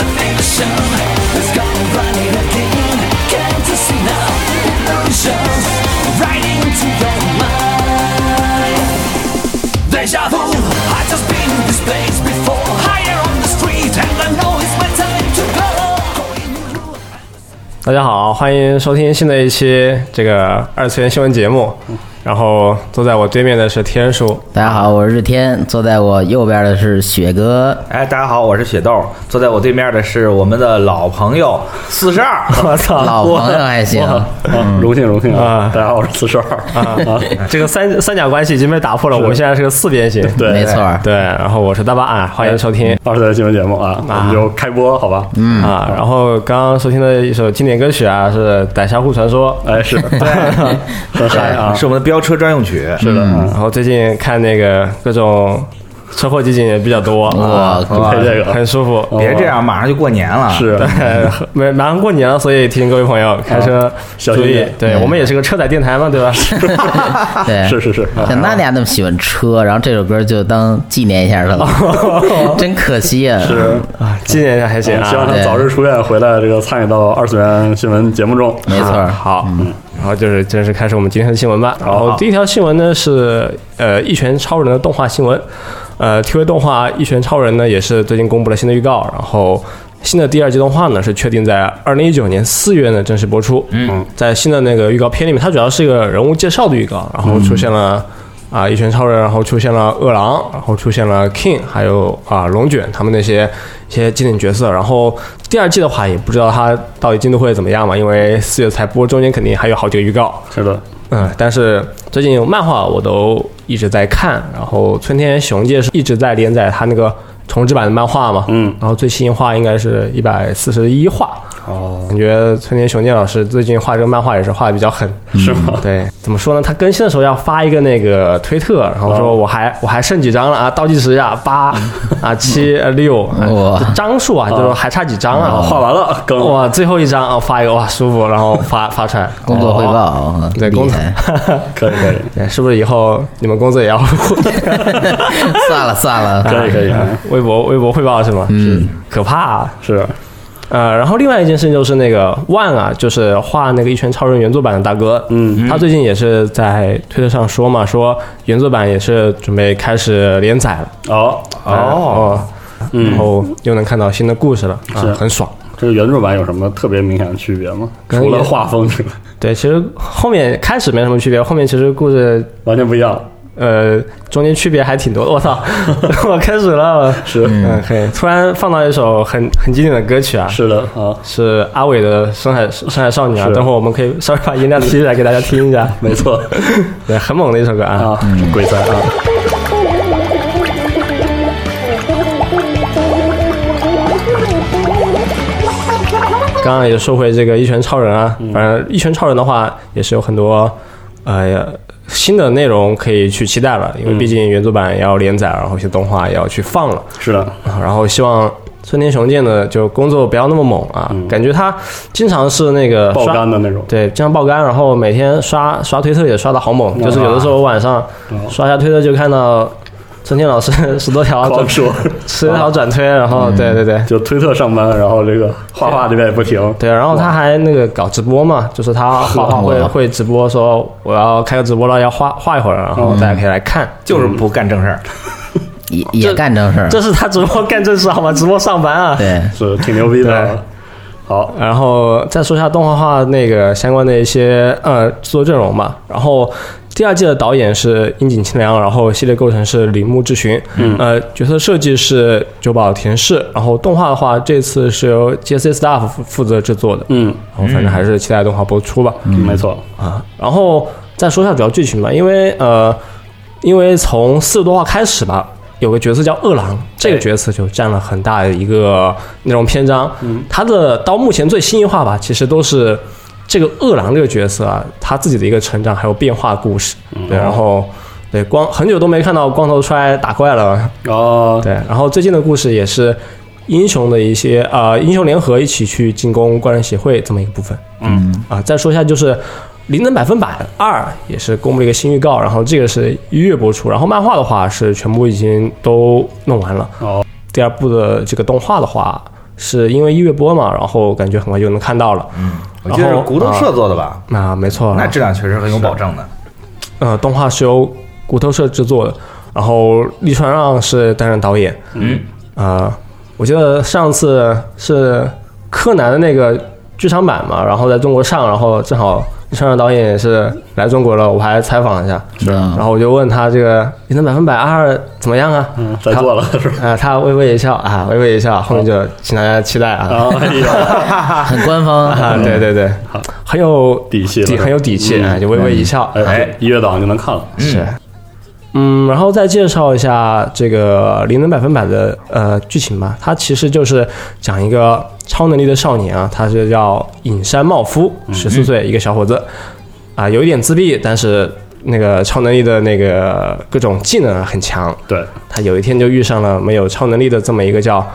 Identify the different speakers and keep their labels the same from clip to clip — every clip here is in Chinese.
Speaker 1: illusion. Let's go run it again. Can't you see now? Illusions right into your mind. Deja vu. I just been this place before. Higher on the street, and I know it's my time to go.
Speaker 2: 大家好，欢迎收听新的一期这个二次元新闻节目。
Speaker 3: 嗯
Speaker 2: 然后坐在我对面的是天叔，
Speaker 4: 大家好，我是日天，坐在我右边的是雪哥。
Speaker 5: 哎，大家好，我是雪豆，坐在我对面的是我们的老朋友四十二。
Speaker 2: 我操
Speaker 4: 老朋友还行，
Speaker 3: 荣幸荣幸
Speaker 2: 啊
Speaker 3: 大家好，我是四十二啊，
Speaker 2: 这个三三角关系已经被打破了，我们现在是个四边形。
Speaker 3: 对
Speaker 4: 没错儿，
Speaker 2: 对，然后我是大巴俺，欢迎收听。
Speaker 3: 二十台新闻节目啊，我们就开播好吧？嗯，
Speaker 2: 啊，然后刚刚收听的一首经典歌曲啊，是《逮虾户传说》。
Speaker 3: 哎是， 对， 很嗨 啊，
Speaker 5: 是我们的飙车专用曲，
Speaker 3: 是的，嗯
Speaker 2: 然后最近看那个各种车祸集锦也比较多，
Speaker 4: 哇
Speaker 2: 啊
Speaker 3: 配这
Speaker 2: 很
Speaker 3: 个
Speaker 2: 舒服。
Speaker 5: 嗯别这样，马上就过年了。
Speaker 3: 哦是
Speaker 2: 对，没马上过年了，所以提醒各位朋友开车
Speaker 3: 哦小
Speaker 2: 注
Speaker 3: 心
Speaker 2: 意
Speaker 3: 点。
Speaker 2: 对我们也是个车载电台嘛，对 吧？
Speaker 4: 对，
Speaker 3: 是是是，啊
Speaker 4: 像娜俩那么喜欢车，然后这首歌就当纪念一下他了，真可惜呀。
Speaker 3: 是，
Speaker 2: 啊，纪念一下还行
Speaker 3: 希望
Speaker 2: 啊。
Speaker 3: 他早日出院，回来这个参与到二次元新闻节目中。啊
Speaker 4: 没错儿，
Speaker 2: 啊好，然后就是正式开始我们今天的新闻吧。然后第一条新闻呢是呃《一拳超人》的动画新闻，呃，TV 动画《一拳超人》呢也是最近公布了新的预告，然后。新的第二季动画呢是确定在二零一九年四月呢正式播出。嗯，在新的那个预告片里面，它主要是一个人物介绍的预告，然后出现了啊一拳超人，然后出现了饿狼，然后出现了 King，还有啊龙卷他们那些一些经典角色。然后第二季的话，也不知道它到底进度会怎么样嘛，因为四月才播，中间肯定还有好几个预告。
Speaker 3: 是的，
Speaker 2: 嗯，但是最近有漫画我都一直在看，然后村田雄介是一直在连载他那个重制版的漫画嘛，
Speaker 3: 嗯
Speaker 2: 然后最新一话应该是一百四十一话，
Speaker 3: 哦，
Speaker 2: 感觉村田雄介老师最近画这个漫画也是画的比较狠，
Speaker 3: 是
Speaker 4: 啊
Speaker 3: 吗？
Speaker 2: 对，怎么说呢？他更新的时候要发一个那个推特，然后
Speaker 4: 哦
Speaker 2: 说我还我还剩几张了啊，倒计时呀，八 啊七呃六，啊
Speaker 4: 哇哦
Speaker 2: 这张数啊，就是还差几张
Speaker 3: 啊，
Speaker 2: 啊，
Speaker 3: 画完了，更了
Speaker 2: 哇，最后一张啊，发一个哇舒服，然后 发发出来，
Speaker 4: 工作汇报，嗯
Speaker 2: 对工
Speaker 4: 厉
Speaker 2: 作
Speaker 4: 害。
Speaker 3: 可以可以，
Speaker 2: 对，是不是以后你们工作也要
Speaker 4: 算了算了，
Speaker 3: 可以可以，啊
Speaker 2: 微博微博汇报是吗？嗯，可怕、啊。
Speaker 3: 是
Speaker 2: 呃，然后另外一件事情就是那个万啊，就是画那个《一拳超人》原作版的大哥，嗯，他最近也是在推特上说嘛，说原作版也是准备开始连载了。
Speaker 3: 哦，嗯
Speaker 2: 哦，然后又能看到新的故事了，啊
Speaker 3: 是
Speaker 2: 很爽。
Speaker 3: 这个原著版有什么特别明显的区别吗？
Speaker 2: 跟
Speaker 3: 除了
Speaker 2: 原
Speaker 3: 画风之外，
Speaker 2: 对，其实后面开始没什么区别，后面其实故事
Speaker 3: 完全不一样。
Speaker 2: 呃中间区别还挺多的。我 操，我开始了，
Speaker 3: 是
Speaker 2: 嗯，可以。突然放到一首很很经典的歌曲啊，
Speaker 3: 是的啊，
Speaker 2: 是阿伟的《深海深海少女》啊。
Speaker 3: 是
Speaker 2: 等会儿我们可以稍微把音量提起来给大家听一 下，
Speaker 3: 没错
Speaker 2: 对，很猛的一首歌啊。
Speaker 3: 啊，鬼才啊。
Speaker 2: 刚刚也说回这个一拳超人啊，
Speaker 3: 嗯
Speaker 2: 反正一拳超人的话也是有很多呃新的内容可以去期待了，因为毕竟原作版也要连载，然后一些动画也要去放了，
Speaker 3: 是的，
Speaker 2: 然后希望。村田雄介呢，就工作不要那么猛啊，感觉他经常是那个
Speaker 3: 嗯爆
Speaker 2: 刷
Speaker 3: 肝的那种。
Speaker 2: 对，经常爆肝，然后每天刷刷推特也刷的好猛，就是有的时候晚上刷一下推特就看到村田老师 十多条
Speaker 3: 狂
Speaker 2: 转，
Speaker 3: 说，嗯
Speaker 2: 十多条转推，然后对对对
Speaker 3: 就推特上班，然后这个画画这边也不停。
Speaker 2: 对，然后他还那个搞直播嘛，就是他画画会
Speaker 3: 啊
Speaker 4: 哇
Speaker 2: 会直播说我要开个直播了，要画画一会儿，然
Speaker 3: 嗯
Speaker 2: 后大家可以来看。
Speaker 5: 就是不干正事儿。
Speaker 4: 也也干正事儿，
Speaker 2: 这是他直播干正事好吗？直播上班啊。
Speaker 4: 对，
Speaker 3: 是挺牛逼
Speaker 2: 对
Speaker 3: 的。好，
Speaker 2: 然后再说一下动画化那个相关的一些呃制作阵容吧。然后第二季的导演是樱井清良，然后系列构成是铃木志寻，嗯，呃，角色设计是久保田氏，然后动画的话，这次是由 JC Staff 负负责制作的，
Speaker 3: 嗯，
Speaker 2: 然后反正还是期待动画播出吧，
Speaker 3: 没错，
Speaker 2: 啊，然后再说一下主要剧情吧，因为呃，因为从四十多话开始吧，有个角色叫饿狼，这个角色就占了很大的一个内容篇章。他的到目前最新一话吧，其实都是这个饿狼这个角色啊，他自己的一个成长还有变化故事。对，然后对光很久都没看到光头出来打怪了，
Speaker 3: 哦，
Speaker 2: 对，然后最近的故事也是英雄的一些呃英雄联合一起去进攻怪人协会这么一个部分。嗯啊，再说一下就是。灵能百分百二也是公布了一个新预告，然后这个是一月播出，然后漫画的话是全部已经都弄完了。
Speaker 3: 哦，
Speaker 2: 第二部的这个动画的话，是因为一月播嘛，然后感觉很快就能看到了。嗯，
Speaker 5: 我记得是骨头社做的吧？
Speaker 2: 啊，没错，
Speaker 3: 哦
Speaker 5: 那质量确实很有保证的。
Speaker 2: 呃，动画是由骨头社制作的，然后利川让是担任导演。嗯，啊，我记得上次是柯南的那个剧场版嘛，然后在中国上，然后正好利川让导演也是来中国了，我还采访了一下，
Speaker 4: 嗯
Speaker 2: 然后我就问他这个你的百分百二怎么样啊？
Speaker 3: 嗯，在做了是吧？
Speaker 2: 啊、他微微一笑啊，微微一笑，后面就请大家期待啊。
Speaker 3: 啊，哎 呀，
Speaker 4: 很官方
Speaker 2: 啊，对对对，很有
Speaker 3: 底气了嗯
Speaker 2: 很有底气，哎，就微微一笑，
Speaker 3: 哎，一月档就能看了。
Speaker 2: 是。嗯，然后再介绍一下这个《灵能百分百》的呃剧情吧。它其实就是讲一个超能力的少年啊，他是叫隐山茂夫，十四岁一个小伙子，啊、有一点自闭，但是那个超能力的那个各种技能啊很强。
Speaker 3: 对，
Speaker 2: 他有一天就遇上了没有超能力的这么一个叫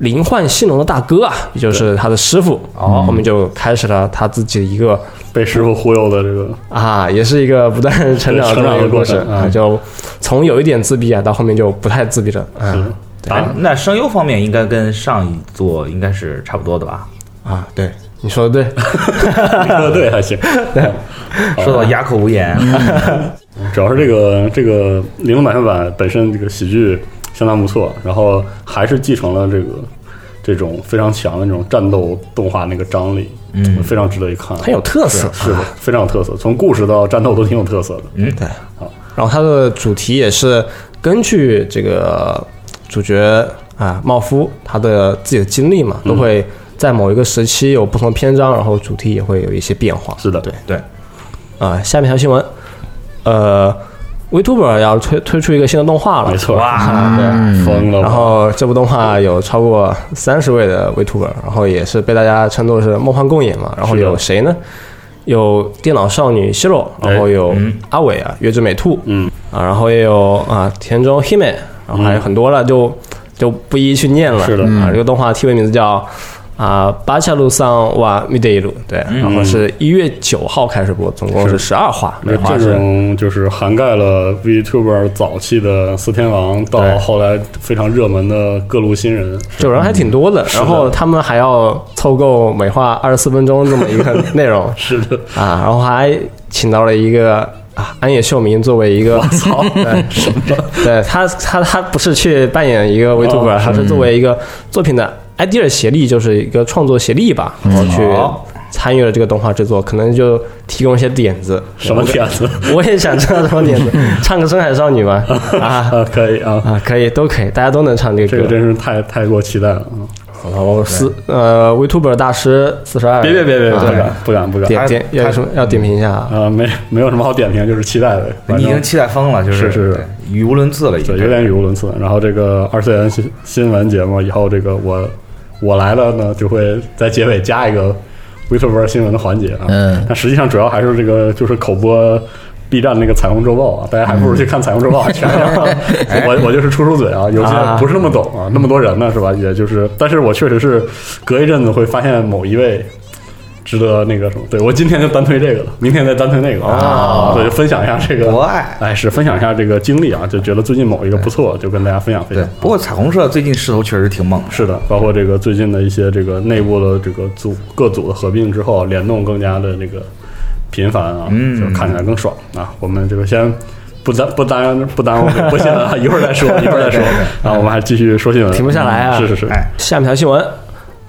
Speaker 2: 灵幻信龙的大哥啊，也就是他的师傅。哦，后面就开始了他自己一个
Speaker 3: 被师傅忽悠的这个，
Speaker 2: 啊，也是一个不断成长
Speaker 3: 对
Speaker 2: 这
Speaker 3: 成
Speaker 2: 么
Speaker 3: 长
Speaker 2: 一
Speaker 3: 的
Speaker 2: 个过
Speaker 3: 过
Speaker 2: 程
Speaker 3: 程
Speaker 2: 啊，
Speaker 3: 嗯
Speaker 2: 就从有一点自闭啊，到后面就不太自闭了啊
Speaker 3: 嗯，
Speaker 5: 哎那声优方面应该跟上一座应该是差不多的吧？
Speaker 2: 啊，对，你说的对，
Speaker 3: 对，还行。哦
Speaker 5: 说到哑口无言，
Speaker 3: 嗯主要是这个这个《零零百分百》本身这个喜剧相当不错，然后还是继承了这个这种非常强的那种战斗动画那个张力，嗯，非常值得一看，
Speaker 2: 很有特色，
Speaker 3: 是的，非常有特色，从故事到战斗都挺有特色的。嗯，
Speaker 2: 对。然后它的主题也是根据这个主角啊茂夫他的自己的经历
Speaker 3: 嗯
Speaker 2: 嘛，都会在某一个时期有不同篇章，然后主题也会有一些变化。
Speaker 3: 是的，
Speaker 2: 对。
Speaker 5: 对，
Speaker 2: 啊，下面一条新闻，呃，VTuber 要推推出一个新的动画了，
Speaker 3: 没错，
Speaker 5: 哇，
Speaker 3: 疯了
Speaker 2: 嗯
Speaker 3: 吧，
Speaker 2: 然后这部动画有超过三十位的 VTuber，然后也是被大家称作是梦幻共演嘛。然后有谁呢？有电脑少女希洛，然后有阿伟啊，月之美兔，
Speaker 3: 哎嗯
Speaker 2: 啊，然后也有啊田中 hime，然后还有很多了，就就不一一去念了。
Speaker 3: 是的
Speaker 2: 啊，这个动画 TV 名字叫啊巴恰路上瓦米德伊鲁，对，
Speaker 3: 嗯
Speaker 2: 然后是一月九号开始播，总共是十二话，每
Speaker 3: 那
Speaker 2: 话
Speaker 3: 这
Speaker 2: 是
Speaker 3: 种就是涵盖了 VTuber 早期的四天王，到后来非常热门的各路新人，
Speaker 2: 就人还挺多
Speaker 3: 嗯
Speaker 2: 的，然后他们还要凑够每话二十四分钟这么一 个内容
Speaker 3: 是的，
Speaker 2: 啊，然后还请到了一个啊安野秀明作为一个，我操，对他他他不是去扮演一个
Speaker 3: 哦
Speaker 2: 维图 r 他是作为一个作品的 idea 协力，就是一个创作协力吧，然后
Speaker 3: 嗯
Speaker 2: 去
Speaker 5: 好
Speaker 2: 参与了这个动画制作，可能就提供一些点子。
Speaker 3: 什么片子
Speaker 2: 我也想知道什么点 子，唱个《深海少女》吧，啊
Speaker 3: 啊？可以啊，
Speaker 2: 啊，可以，都可以，大家都能唱这个歌。
Speaker 3: 这个真是太太过期待了啊！
Speaker 2: 然后四呃，Vtuber 大师四十二，
Speaker 3: 别别别别，不
Speaker 2: 对
Speaker 3: 敢不敢不敢
Speaker 2: 点
Speaker 5: 他
Speaker 2: 点要有什么要点评一下啊？
Speaker 3: 啊！没没有什么好点评，就是期待呗。反
Speaker 5: 你已
Speaker 3: 正
Speaker 5: 经期待疯了，就是
Speaker 3: 是是
Speaker 5: 对语无伦次了，已经
Speaker 3: 对有点语无伦次。然后这个二次元新新闻节目以后，这个我我来了呢，就会在结尾加一个 Vtuber 新闻的环节啊。
Speaker 4: 嗯
Speaker 3: 但实际上主要还是这个就是口播 B 站那个彩虹周报啊，大家还不如去看彩虹周报啊。全我我就是出出嘴啊，有些不是那么懂啊，那么多人呢是吧？也就是，但是我确实是隔一阵子会发现某一位。值得那个什么，对我今天就单推这个了，明天再单推那个啊，对，就分享一下这个
Speaker 5: 国外
Speaker 3: 哎，是分享一下这个经历啊，就觉得最近某一个不错，就跟大家分享分
Speaker 5: 对
Speaker 3: 享。。嗯
Speaker 5: 不过彩虹社最近势头确实挺猛的，
Speaker 3: 是的，包括这个最近的一些这个内部的这个组各组的合并之后，联动更加的这个频繁啊，
Speaker 5: 嗯
Speaker 3: 就是看起来更爽啊。我们这个先不耽不耽不耽误不信了，啊 一会儿再说，一会儿再说啊。我们还继续说新闻，嗯
Speaker 2: 停不下来啊
Speaker 3: 是是是，
Speaker 5: 哎，
Speaker 2: 下面一条新闻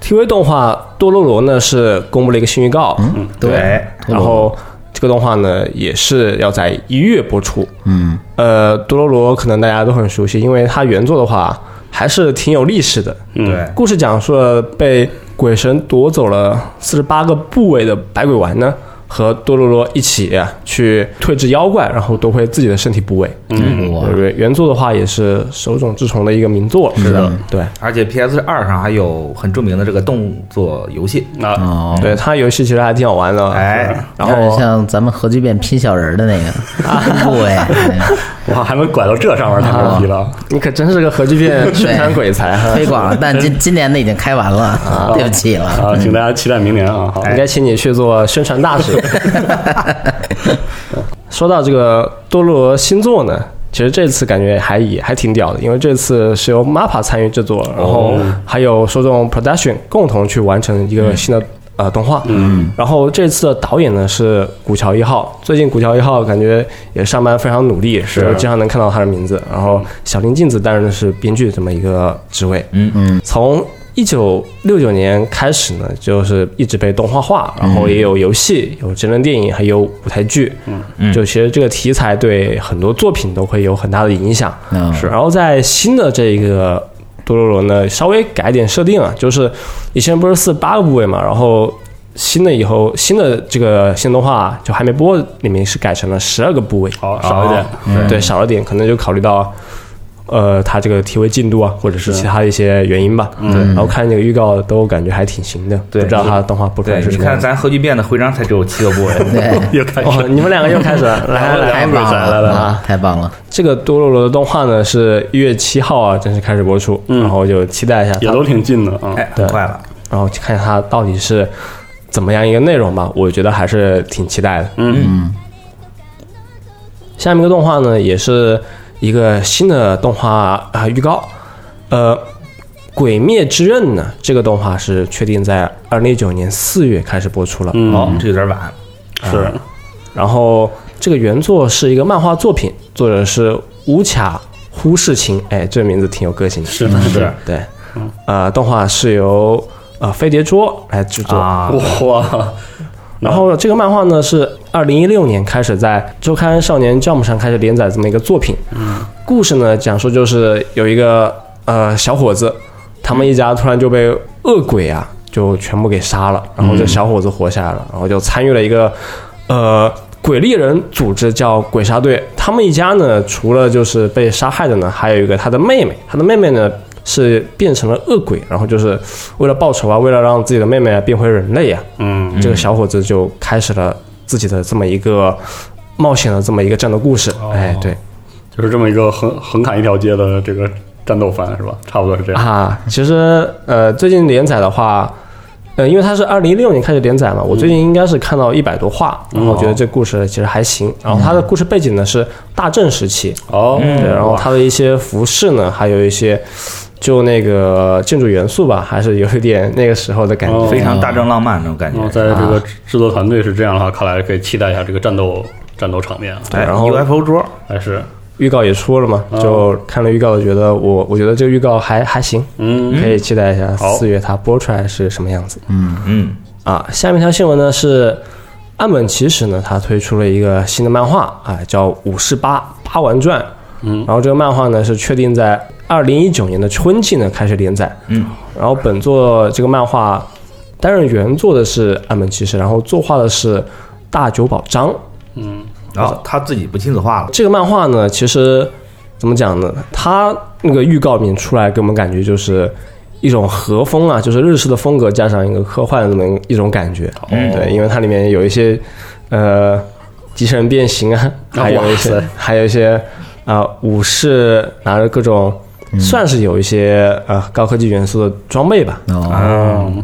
Speaker 2: ，TV 动画《多罗罗》呢是公布了一个新预告，嗯，
Speaker 5: 对，
Speaker 2: 然后这个动画呢也是要在一月播出，嗯，呃，《多罗罗》可能大家都很熟悉，因为它原作的话还是挺有历史的，
Speaker 3: 嗯
Speaker 5: 对，
Speaker 2: 故事讲述了被鬼神夺走了四十八个部位的百鬼丸呢，和多罗罗一起啊、去退治妖怪，然后夺回自己的身体部位。
Speaker 4: 嗯哇
Speaker 2: 对原原作的话也是手冢治虫的一个名作。是
Speaker 5: 的，
Speaker 2: 对。
Speaker 5: 而且 PS 二上还有很著名的这个动作游戏，
Speaker 3: 那
Speaker 4: 哦，
Speaker 2: 对它游戏其实还挺好玩的，
Speaker 5: 哎，
Speaker 2: 然
Speaker 4: 有点
Speaker 2: 后
Speaker 4: 像咱们核聚变拼小人儿的那个， 对，
Speaker 3: 哇，还能拐到这上面，太牛逼了！
Speaker 2: 你可真是个核聚变宣传鬼才啊哈，
Speaker 4: 推广了，但今今年的已经开完了，对不起了。
Speaker 3: 啊，请大家期待明年啊！好，
Speaker 2: 应该请你去做宣 传大使。说到这个多罗星座呢，其实这次感觉还也还挺屌的，因为这次是由 MAPPA 参与制作，然后还有受众 Production 共同去完成一个新的、呃动画。嗯，然后这次的导演呢是古桥一号，最近古桥一号感觉也上班非常努力，是啊经常能看到他的名字。然后小林镜子担任的是编剧这么一个职位。嗯嗯，从一九六九年开始呢，就是一直被动画化，然后也有游戏、有真人电影，还有舞台剧。嗯，就其实这个题材对很多作品都会有很大的影响。
Speaker 4: 嗯
Speaker 2: 是。然后在新的这个多罗罗呢，稍微改点设定啊，就是以前不是四八个部位嘛，然后新的以后新的这个新动画就还没播，里面是改成了十二个部位，啊
Speaker 3: 好少一点。
Speaker 2: 对，少了点，可能就考虑到。呃，它这个提为进度啊，或者是其他的一些原因吧。嗯，然后看这个预告都感觉还挺行的，
Speaker 5: 对
Speaker 2: 不知道它动画播出来
Speaker 5: 对，
Speaker 2: 是
Speaker 5: 你
Speaker 2: 什么样
Speaker 5: 看
Speaker 2: 子。
Speaker 5: 咱核聚变的徽章才只有七个部位，
Speaker 4: 对，
Speaker 3: 又开
Speaker 2: 哦，你们两个又开始 了，来来来，
Speaker 4: 太棒了啊，太棒了，
Speaker 2: 这个多罗罗的动画呢是一月七号啊正式开始播出，
Speaker 5: 嗯
Speaker 2: 然后就期待一下它
Speaker 3: 也都挺近的啊。
Speaker 5: 哎，很快了。
Speaker 2: 然后看它到底是怎么样一个内容吧。我觉得还是挺期待的。
Speaker 3: 嗯，
Speaker 2: 下面一个动画呢，也是一个新的动画啊、预告，呃，《鬼灭之刃》呢，这个动画是确定在二零一九年四月开始播出了。
Speaker 3: 嗯
Speaker 5: 哦，这有点晚。
Speaker 3: 是
Speaker 2: 然后这个原作是一个漫画作品，作者是乌卡忽视琴，哎，这名字挺有个性的。
Speaker 3: 是的是的，
Speaker 2: 对，呃，动画是由呃飞碟桌来制作，
Speaker 5: 啊，
Speaker 3: 哇，
Speaker 2: 然后这个漫画呢是二零一六年开始在周刊少年 Jump 上开始连载这么一个作品。嗯，故事呢讲述就是有一个呃小伙子，他们一家突然就被恶鬼啊就全部给杀了，然后这小伙子活下来了，然后就参与了一个呃。鬼猎人组织叫鬼杀队，他们一家呢，除了就是被杀害的呢，还有一个他的妹妹，他的妹妹呢是变成了恶鬼，然后就是为了报仇啊，为了让自己的妹妹变回人类呀、啊，
Speaker 3: 嗯，
Speaker 2: 这个小伙子就开始了自己的这么一个冒险的这么一个战斗故事。
Speaker 3: 哦
Speaker 2: 哎，对
Speaker 3: 就是这么一个横横砍一条街的这个战斗番是吧？差不多是这样。
Speaker 2: 啊，其实呃，最近连载的话，呃，因为它是二零一六年开始连
Speaker 3: 嗯
Speaker 2: 载嘛，我最近应该是看到一百多话，
Speaker 3: 哦
Speaker 2: 然后我觉得这故事其实还行。然后它的故事背景呢是大正时期，
Speaker 3: 哦，
Speaker 2: 对，然后
Speaker 3: 哇
Speaker 2: 它的一些服饰呢，还有一些就那个建筑元素吧，还是有一点那个时候的感觉。
Speaker 3: 哦
Speaker 5: 非常大正浪漫那种感
Speaker 3: 然后
Speaker 5: 觉。
Speaker 3: 在这个
Speaker 2: 啊
Speaker 3: 制制作团队是这样的话，看来可以期待一下这个战斗战斗场面啊，
Speaker 5: 哎
Speaker 2: 然后
Speaker 5: ，UFO 桌，
Speaker 3: 还是
Speaker 2: 预告也说了嘛，
Speaker 3: 哦
Speaker 2: 就看了预告，觉得我我觉得这个预告还还行，
Speaker 3: 嗯
Speaker 2: 可以期待一下
Speaker 3: 好
Speaker 2: 四月它播出来是什么样子
Speaker 5: 嗯，
Speaker 2: 啊。下面一条新闻呢是岸本齐史呢，他推出了一个新的漫画啊，叫《武士八八丸传》。嗯，然后这个漫画呢是确定在二零一九年的春季呢开始连载。嗯，然后本作这个漫画担任原作的是岸本齐史，然后作画的是大久保章。
Speaker 5: 然后他自己不亲自画了。
Speaker 2: 这个漫画呢，其实怎么讲呢？它那个预告里面出来，给我们感觉就是一种和风啊，就是日式的风格加上一个科幻的那么一种感觉。嗯，对，因为它里面有一些呃机器人变形啊，还有一些、
Speaker 3: 哇塞
Speaker 2: 还有一些啊、呃武士拿着各种。算是有一些呃高科技元素的装备吧，
Speaker 4: 哦，
Speaker 3: 嗯，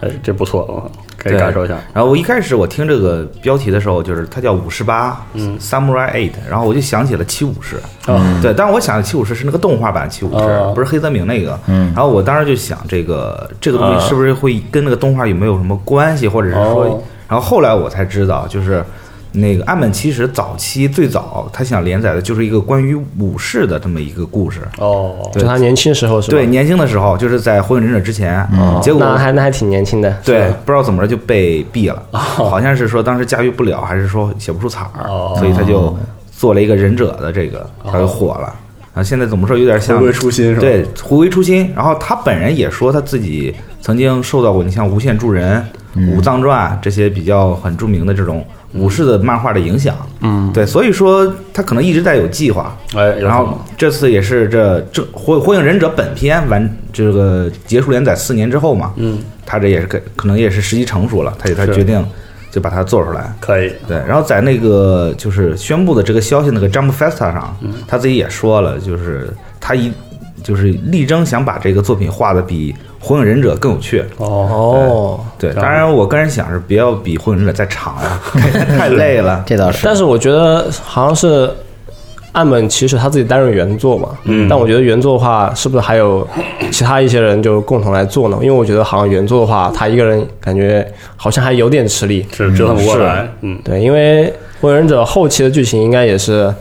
Speaker 3: 哎，这不错，啊，可以
Speaker 5: 对
Speaker 3: 感受一下。
Speaker 5: 然后我一开始我听这个标题的时候，就是它叫五十八，Samurai
Speaker 2: 嗯
Speaker 5: Eight，然后我就想起了七武士。
Speaker 2: 哦
Speaker 5: 对，但是我想的七武士是那个动画版七武士
Speaker 3: 哦，
Speaker 5: 不是黑泽明那个。
Speaker 3: 嗯
Speaker 5: 然后我当时就想，这个这个
Speaker 2: 哦
Speaker 5: 东西是不是会跟那个动画有没有什么关系，或者是
Speaker 3: 哦
Speaker 5: 说？然后后来我才知道，就是。那个岸本其实早期最早他想连载的就是一个关于武士的这么一个故事，
Speaker 3: 哦，
Speaker 2: 就他年轻时候是吧？
Speaker 5: 对，，年轻的时候就是在《火影忍者》之前，
Speaker 3: 哦
Speaker 5: 结果
Speaker 2: 那还那还挺年轻的。
Speaker 5: 对，不知道怎么着就被毙了，
Speaker 3: 哦
Speaker 5: 好像是说当时驾驭不了，还是说写不出彩儿，
Speaker 3: 哦
Speaker 5: 所以他就做了一个忍者的这个，他就火了。然后现在怎么说，有点像
Speaker 3: 哦回归初心是吧
Speaker 5: 对，回归初心。然后他本人也说他自己曾经受到过，你像《无限助人》
Speaker 3: 嗯
Speaker 5: 《武藏传》这些比较很著名的这种武士的漫画的影响。嗯，对，所以说他可能一直在有计划。
Speaker 3: 哎有可能
Speaker 5: 然后这次也是这这《火火影忍者》本片完这个结束连载四年之后嘛，嗯，他这也是可可能也是时机成熟了，他也他
Speaker 3: 是
Speaker 5: 决定就把它做出来。
Speaker 3: 可以，
Speaker 5: 对，然后在那个就是宣布的这个消息那个 Jump Festa 上，他自己也说了，就是他一就是力争想把这个作品画的比《火影忍者》更有趣。
Speaker 3: 哦，
Speaker 2: 哦，
Speaker 5: 对，当然我个人想是不要比《啊火影忍者》再长了，太太累了。
Speaker 4: 这倒是，
Speaker 2: 但是我觉得好像是岸本其实他自己担任原作嘛，嗯，但我觉得原作的话，是不是还有其他一些人就共同来做呢？因为我觉得好像原作的话，他一个人感觉好像还有点吃力，
Speaker 3: 是折腾不过来，嗯，
Speaker 2: 对，因为《火影忍者》后期的剧情应该也是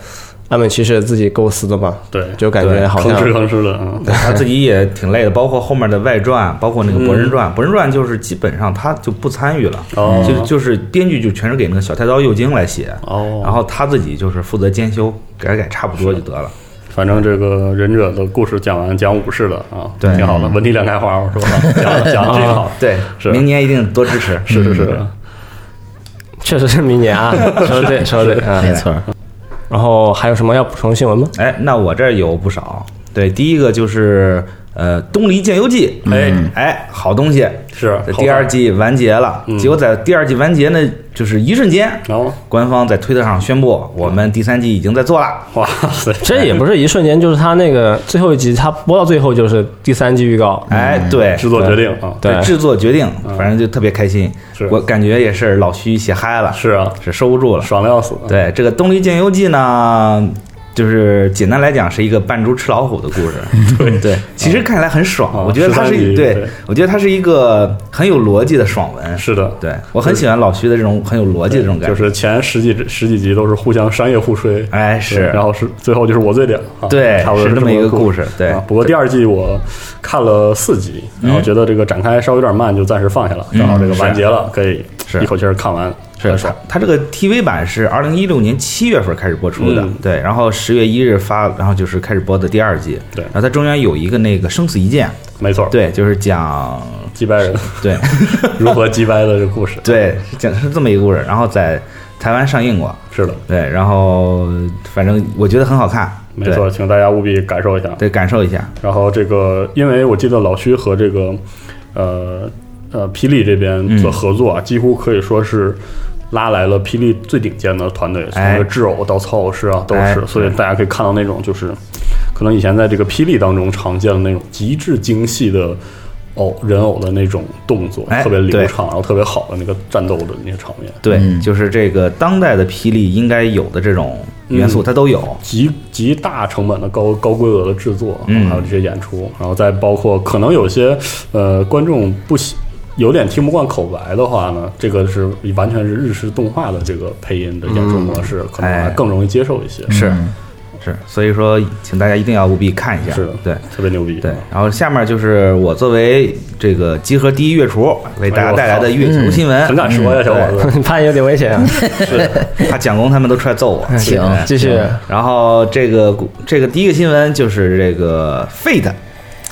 Speaker 2: 岸本骑士自己构思的嘛，
Speaker 3: 对
Speaker 2: 就感觉好
Speaker 3: 吭哧
Speaker 2: 像
Speaker 3: 吭哧的，嗯，
Speaker 5: 他自己也挺累的，包括后面的外传，包括那个《博人传》，《博人传》就是基本上他就不参与了，
Speaker 3: 嗯哦
Speaker 5: 就就是编剧就全是给那个小太刀右京来写，
Speaker 3: 哦
Speaker 5: 然后他自己就是负责监修，改改差不多就得了。
Speaker 3: 反正这个忍者的故事讲完，讲武士的啊，
Speaker 5: 对
Speaker 3: 挺好
Speaker 2: 嗯
Speaker 3: 的，文体两开花，我说了，讲讲
Speaker 2: 啊
Speaker 3: 得挺好，
Speaker 5: 对，
Speaker 3: 是
Speaker 5: 明年一定多支持。嗯
Speaker 3: 是是是，
Speaker 2: 确实是明年啊，说的对，说的对啊。
Speaker 4: 没错儿，
Speaker 2: 然后还有什么要补充新闻吗？
Speaker 5: 哎，那我这儿有不少。对，第一个就是呃《东离剑游记》，
Speaker 3: 哎
Speaker 5: 哎，好东西
Speaker 3: 是
Speaker 5: 这
Speaker 3: 好
Speaker 5: 第二
Speaker 3: 看嗯
Speaker 5: 季完结了，结果在第二季完结呢，就是一瞬间，
Speaker 3: 哦
Speaker 5: 官方在推特上宣布，我们第三季已经在做了。
Speaker 3: 哇塞，
Speaker 2: 这也不是一瞬间，就是他那个最后一集，他播到最后就是第三季预告，
Speaker 5: 哎，对，
Speaker 3: 嗯制作决定啊，
Speaker 2: 对
Speaker 5: 制作决定，反正就特别开心
Speaker 3: 是。
Speaker 5: 我感觉也是老徐写嗨了，
Speaker 3: 是啊，
Speaker 5: 是收不住了。
Speaker 3: 爽的要死，，啊
Speaker 5: 对这个《东离剑游记》呢，就是简单来讲是一个扮猪吃老虎的故 事。对对，其实看起来很
Speaker 3: 啊
Speaker 5: 爽，我觉得它
Speaker 3: 13
Speaker 5: 是
Speaker 3: 集
Speaker 5: 对
Speaker 3: 对，
Speaker 5: 我觉得它是一个很有逻辑的爽文。
Speaker 3: 是的，
Speaker 5: 对我很喜欢老徐的这种很有逻辑的这种感
Speaker 3: 就
Speaker 5: 觉。
Speaker 3: 是前十几十几集都是互相商业互吹，
Speaker 5: 哎是
Speaker 3: 然后是最后就是我最屌，啊
Speaker 5: 对
Speaker 3: 差不多
Speaker 5: 是这
Speaker 3: 这
Speaker 5: 么一个
Speaker 3: 故
Speaker 5: 故事对嗯
Speaker 3: 啊不过第二季我看了四集，然后觉得这个展开稍微有点慢，就暂时放下了，正好这个完结了，可以
Speaker 5: 是
Speaker 3: 一口气儿看完，
Speaker 5: 是
Speaker 3: 很
Speaker 5: 它
Speaker 3: 爽，
Speaker 5: 它这个 TV 版是二零一六年七月份开始播出的
Speaker 3: 嗯，
Speaker 5: 对，然后十月一日发，然后就是开始播的第二季。
Speaker 3: 对
Speaker 5: 然后它中间有一个那个生死一剑，
Speaker 3: 没错，，
Speaker 5: 对，就是讲
Speaker 3: 击败人
Speaker 5: 对
Speaker 3: 如何击败的这个故事，
Speaker 5: 对是讲是这么一个故事，然后在台湾上映过，
Speaker 3: 是的，
Speaker 5: 对，然后反正我觉得很好看，
Speaker 3: 没错，请大家务必感受一下，
Speaker 5: 对，得感受一下，
Speaker 3: 然后这个，因为我记得老徐和这个，呃呃，霹雳这边
Speaker 5: 嗯
Speaker 3: 的合作啊，几乎可以说是拉来了霹雳最顶尖的团队，从
Speaker 5: 哎
Speaker 3: 这个制偶到操偶师啊都
Speaker 5: 哎
Speaker 3: 是，所以大家可以看到那种就是，可能以前在这个霹雳当中常见的那种极致精细的。偶人偶的那种动作、
Speaker 5: 哎
Speaker 3: 特别流
Speaker 5: 对
Speaker 3: 畅，然后特别好的那个战斗的那些场面，
Speaker 5: 对，就是这个当代的霹雳应该有的这种元
Speaker 3: 嗯
Speaker 5: 素，它都有，
Speaker 3: 极极大成本的高高规额的制作，啊
Speaker 5: 嗯
Speaker 3: 还有这些演出，然后再包括可能有些呃观众不喜有点听不惯口白的话呢，这个是完全是日式动画的这个配音的演出模式，可能还
Speaker 5: 哎
Speaker 3: 更容易接受一些。
Speaker 5: 是是，所以说，请大家一定要务必看一下，
Speaker 3: 是的，
Speaker 5: 对。
Speaker 3: 特别牛逼。啊
Speaker 5: 对，然后下面就是我作为这个集合第一月厨为大家带来的月球新闻，嗯
Speaker 3: 哎很敢说呀，小伙 子，
Speaker 2: 怕有点危险啊。
Speaker 5: 怕蒋工他们都出来揍我。
Speaker 4: 请
Speaker 5: 对
Speaker 2: 继续，
Speaker 5: 然后这个股这个第一个新闻就是这个 Fate，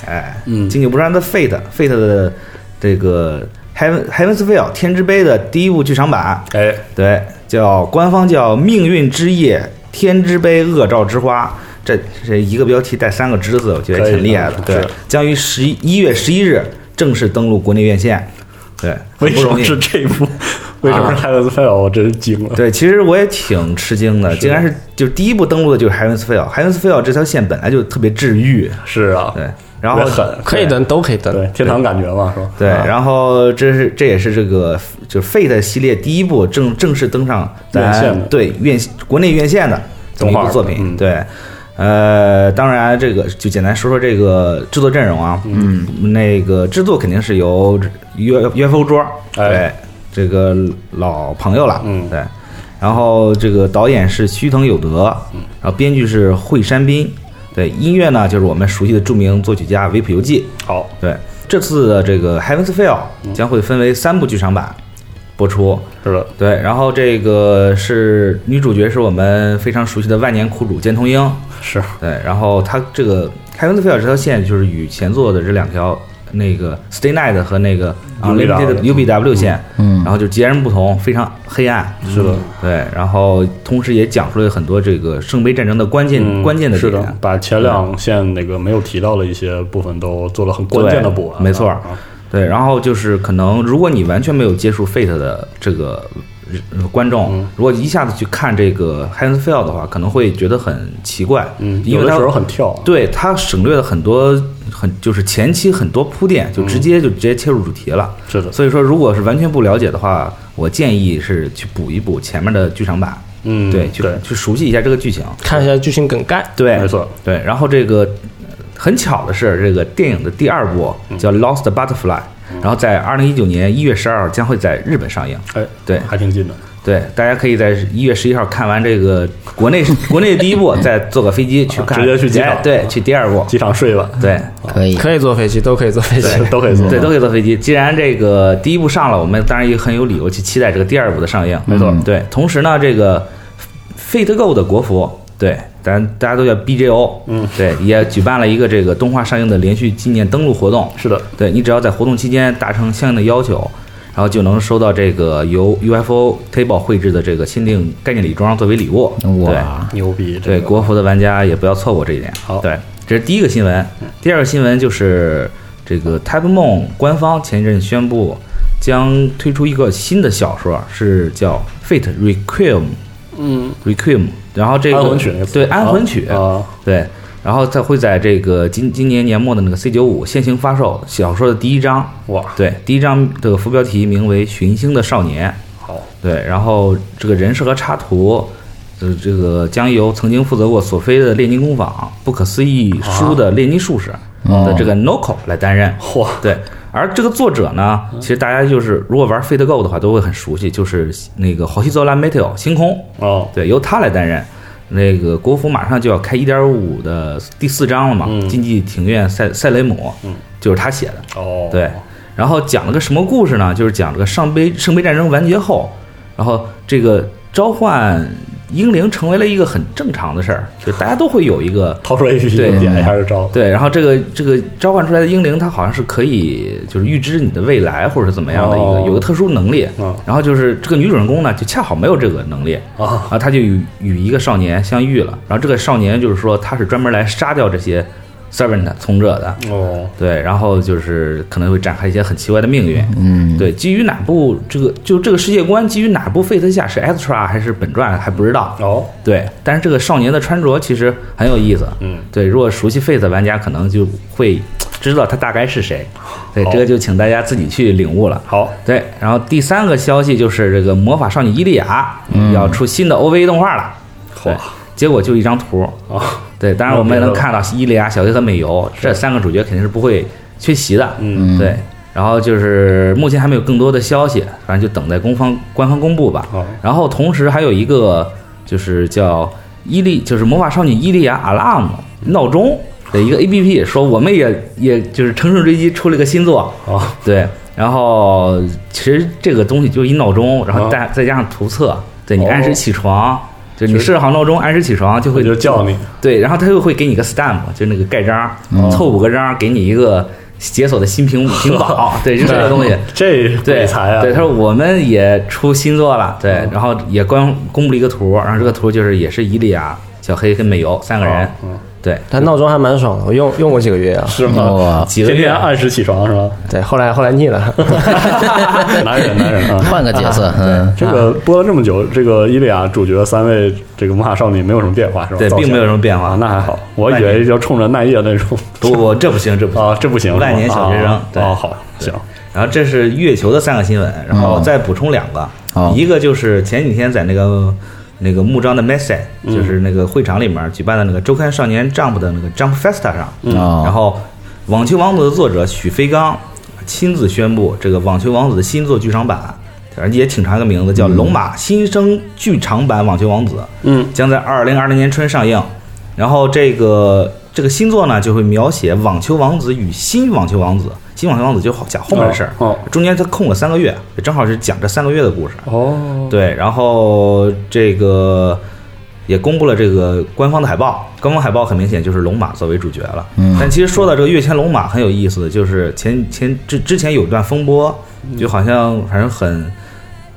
Speaker 5: 哎，
Speaker 3: 嗯
Speaker 5: 经久不衰的 Fate，Fate 的这个 Heaven Heaven's Will 天之杯的第一部剧场版，
Speaker 3: 哎，
Speaker 5: 对，叫官方叫《命运之夜》《天之杯恶兆之花》。这这一个标题带三个之字，我觉得
Speaker 3: 可以
Speaker 5: 挺厉害的
Speaker 3: 嗯。
Speaker 5: 对
Speaker 3: 是，
Speaker 5: 将于十一月十一日正式登陆国内院线。对，很不
Speaker 3: 为什
Speaker 5: 容
Speaker 3: 么
Speaker 5: 易。啊
Speaker 3: 是这 一部？为什么是 Heaven's Fell？我真是惊了。
Speaker 5: 对，其实我也挺吃惊的，竟然是就第一部登陆的就是《Heaven's Feel》，《Heaven's Feel》这条线本来就特别治愈，
Speaker 3: 是啊，
Speaker 5: 对，然后
Speaker 3: 特别狠，
Speaker 2: 可以等，都可以等。
Speaker 3: 对，天堂感觉嘛，是吧？
Speaker 5: 对，
Speaker 3: 啊
Speaker 5: 然后这是这也是这个就是 Fate 系列第一部正正式登上
Speaker 3: 院线
Speaker 5: 咱
Speaker 3: 的
Speaker 5: 对院国内院线的这么一
Speaker 3: 动画
Speaker 5: 部作品，
Speaker 3: 嗯
Speaker 5: 对。呃，当然，这个就简单说说这个制作阵容啊。嗯，那个制作肯定是由约约夫桌，对
Speaker 3: 哎，
Speaker 5: 这个老朋友了，
Speaker 3: 嗯
Speaker 5: 对。然后这个导演是须藤有德，
Speaker 3: 嗯
Speaker 5: 然后编剧是惠山彬，对，音乐呢就是我们熟悉的著名作曲家维普游记，
Speaker 3: 好，
Speaker 5: 对，这次的这个《Heaven's Feel》将会分为三部剧场版播出。
Speaker 3: 是的，
Speaker 5: 对，然后这个是女主角是我们非常熟悉的万年苦主剑童英。
Speaker 3: 是
Speaker 5: 对，然后她这个《Heaven's Feel》这条线就是与前作的这两条那个 Stay Night 和那个
Speaker 3: UBW
Speaker 5: Unlimited UBW 线，嗯，然后就截然不同，非常黑暗。
Speaker 3: 是的，
Speaker 5: 对，然后同时也讲述了很多这个圣杯战争的关键、
Speaker 3: 嗯
Speaker 5: 关键的
Speaker 3: 是
Speaker 5: 点。
Speaker 3: 的，把前两线那个没有提到的一些部分都做了很关键的补完，
Speaker 5: 对没错
Speaker 3: 啊
Speaker 5: 对，然后就是可能，如果你完全没有接触 Fate 的这个呃观
Speaker 3: 嗯
Speaker 5: 众，如果一下子去看这个 h a n s f e l 的话，可能会觉得很奇怪，
Speaker 3: 嗯，
Speaker 5: 因
Speaker 3: 有
Speaker 5: 为
Speaker 3: 的
Speaker 5: 它
Speaker 3: 时候很跳，
Speaker 5: 对它省略了很多很就是前期很多铺垫，就直接就直接切入主题了。
Speaker 3: 嗯是的，
Speaker 5: 所以说，如果是完全不了解的话，我建议是去补一补前面的剧场版。
Speaker 3: 嗯，
Speaker 5: 对，去
Speaker 3: 对，
Speaker 5: 去熟悉一下这个剧情，
Speaker 2: 看一下剧情梗概。
Speaker 5: 对，
Speaker 3: 没错，
Speaker 5: 对。然后这个呃很巧的是，这个电影的第二部
Speaker 3: 嗯
Speaker 5: 叫《Lost Butterfly》，然后在二零一九年一月十二号将会在日本上映。
Speaker 3: 哎，
Speaker 5: 对
Speaker 3: 还挺近的，
Speaker 5: 对，大家可以在一月十一号看完这个国内 国内的第一部，再坐个飞机去看，
Speaker 3: 直接去机场
Speaker 5: 哎对，去第二部，
Speaker 3: 机场睡吧，
Speaker 5: 对。
Speaker 4: 可以，
Speaker 2: 可以坐飞机，都可以坐飞机。
Speaker 3: 都可以做，
Speaker 5: 对，都可以坐飞机。既然这个第一部上了，我们当然也很有理由去期待这个第二部的上映。没错，对。同时呢，这个 Fate Go 的国服，对，咱大家都叫 BJO，嗯，对，也举办了一个这个动画上映的连续纪念登录活动。
Speaker 3: 是的，
Speaker 5: 对你只要在活动期间达成相应的要求，然后就能收到这个由 UFO Table 绘制的这个限定概念礼装作为礼物。对，
Speaker 4: 哇，
Speaker 3: 牛逼，这
Speaker 5: 对
Speaker 3: 个
Speaker 5: 国服的玩家也不要错过这一点。
Speaker 3: 好嗯
Speaker 5: 对，这是第一个新闻。第二个新闻就是这个 Type Moon 官方前一阵宣布将推出一个新的小说，是叫《Fate Requiem》。嗯，Requiem。然后这个
Speaker 3: 安魂曲那个词
Speaker 5: 对安魂曲
Speaker 3: 啊，
Speaker 5: 对，然后它会在这个今今年年末的那个 C 九五现行发售小说的第一章。
Speaker 3: 哇
Speaker 5: 对，第一章的副标题名为《寻星的少年》。
Speaker 3: 好，
Speaker 5: 对，然后这个人设和插图，呃，这个将由曾经负责过索菲的炼金工坊《不可思议书》的炼金术士的这个 Noko 来担任。
Speaker 3: 嚯，
Speaker 5: 对，而这个作者呢，其实大家就是如果玩 Fate Go 的话，都会很熟悉，就是那个 h o s i z o l a Metal 星空，
Speaker 3: 哦，
Speaker 5: 对，由他来担任。那个国服马上就要开一点五的第四章了嘛，竞技庭院塞塞雷姆，就是他写的。
Speaker 3: 哦，
Speaker 5: 对，然后讲了个什么故事呢？就是讲这个上杯圣杯战争完结后，然后这个召唤英灵成为了一个很正常的事儿，就大家都会有一个
Speaker 3: 掏出 A P P
Speaker 5: 对
Speaker 3: 点一下就招，
Speaker 5: 对，然后这个这个召唤出来的英灵，它好像是可以就是预知你的未来或者是怎么样的一个、
Speaker 3: 哦
Speaker 5: 有个特殊能力。
Speaker 3: 嗯
Speaker 5: 然后就是这个女主人公呢，就恰好没有这个能力
Speaker 3: 啊，
Speaker 5: 然后她就与与一个少年相遇了。然后这个少年就是说他是专门来杀掉这些 servant 从者的。
Speaker 3: 哦，
Speaker 5: 对，然后就是可能会展开一些很奇怪的命运。嗯，对，基于哪部这个就这个世界观，基于哪部 Fate 下是 extra 还是本传还不知道。
Speaker 3: 哦，
Speaker 5: 对，但是这个少年的穿着其实很有意思。
Speaker 3: 嗯，
Speaker 5: 对，如果熟悉 Fate 的玩家可能就会知道他大概是谁。对，这个就请大家自己去领悟了。
Speaker 3: 好，
Speaker 5: 对，然后第三个消息就是这个《魔法少女伊利亚》要出新的 OVA 动画了。对
Speaker 3: 嗯嚯，
Speaker 5: 结果就一张图。
Speaker 3: 啊，
Speaker 5: 对，当然我们也能看到伊利亚、小黑和美由这三个主角肯定是不会缺席的。
Speaker 3: 嗯，
Speaker 5: 对。然后就是目前还没有更多的消息，反正就等待官方官方公布吧
Speaker 3: 好。
Speaker 5: 然后同时还有一个就是叫伊利，就是魔法少女伊利亚 Alarm 闹钟的一个 APP，说我们也也就是乘胜追击出了一个新作。
Speaker 3: 啊，
Speaker 5: 对，然后其实这个东西就是一闹钟，然后再再加上图册，对你
Speaker 3: 哦
Speaker 5: 按时起床，就你设好闹钟按时起床就
Speaker 3: 我
Speaker 5: 会
Speaker 3: 就叫你，
Speaker 5: 对，然后他又会给你一个 stamp，就是那个盖章，
Speaker 3: 哦
Speaker 5: 凑五个章给你一个解锁的新 屏幕屏保，对，就这个东西。
Speaker 3: 哎这
Speaker 5: 对，
Speaker 3: 鬼才啊，嗯
Speaker 5: 对，他说我们也出新作了，对，然后也官公布了一个图，然后这个图就是也是伊利亚、小黑跟美由三个人，
Speaker 3: 哦嗯
Speaker 5: 对，
Speaker 2: 但闹钟还蛮爽的，我用用过几个月啊。
Speaker 3: 是吗
Speaker 4: 哇？
Speaker 3: 几个月啊
Speaker 5: 啊
Speaker 3: 按时起床是 吧？
Speaker 2: 对，后来后来腻了。
Speaker 3: 男人，男人啊。
Speaker 4: 换个角 色，嗯，
Speaker 3: 这个
Speaker 5: 啊
Speaker 3: 播了这么久，这个伊利亚主角三位这个魔法少女没有什么变化是吧？
Speaker 5: 对，
Speaker 3: 造型
Speaker 5: 并没有什么变
Speaker 3: 啊
Speaker 5: 化，。
Speaker 3: 那还好，我以为要冲着奈叶 那种
Speaker 5: 不不，这不行，这不行
Speaker 3: 啊，这不行，
Speaker 5: 万年小学生
Speaker 3: 啊
Speaker 5: 对
Speaker 3: 啊，好行，
Speaker 5: 然后这是月球的三个新闻，然后再补充两个，
Speaker 4: 哦
Speaker 5: 一个就是前几天在那个那个木章的 Messe，、就是
Speaker 3: 嗯
Speaker 5: 那个会场里面举办的那个周刊少年 Jump 的那个 Jump Festa 上，
Speaker 4: 哦
Speaker 5: 嗯然后《网球王子》的作者许飞刚亲自宣布，这个《网球王子》的新作剧场版，反正也挺长一个名字，叫《龙马新生剧场版网球王子》，
Speaker 3: 嗯，
Speaker 5: 将在二零二零年春上映。然后这个这个新作呢，就会描写网球王子与新网球王子，新网球王子就好讲后面的事儿，
Speaker 3: 哦哦
Speaker 5: 中间他空了三个月，正好是讲这三个月的故事。
Speaker 3: 哦，
Speaker 5: 对，然后这个也公布了这个官方的海报，官方海报很明显就是龙马作为主角了。嗯，但其实说到这个月前龙马很有意思，就是前前之之前有一段风波，
Speaker 3: 嗯
Speaker 5: 就好像反正很。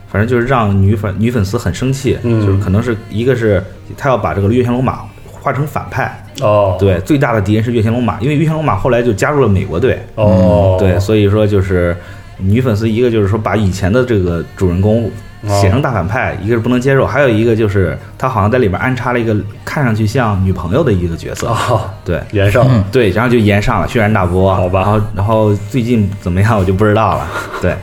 Speaker 5: 反正就是让女粉女粉丝很生气，
Speaker 3: 嗯
Speaker 5: 就是可能是一个是他要把这个月前龙马画成反派，
Speaker 3: 哦，，
Speaker 5: 对，最大的敌人是月前龙马，因为月前龙马后来就加入了美国队，嗯
Speaker 3: 哦，
Speaker 5: 对，所以说就是女粉丝，一个就是说把以前的这个主人公
Speaker 3: 哦
Speaker 5: 写成大反派，一个是不能接受，还有一个就是她好像在里边安插了一个看上去像女朋友的一个角色，
Speaker 3: 啊，
Speaker 5: 对。
Speaker 3: 连上了
Speaker 5: 对，然后就延上了，轩然大波。
Speaker 3: 好吧
Speaker 5: 然后然后最近怎么样我就不知 道了。对，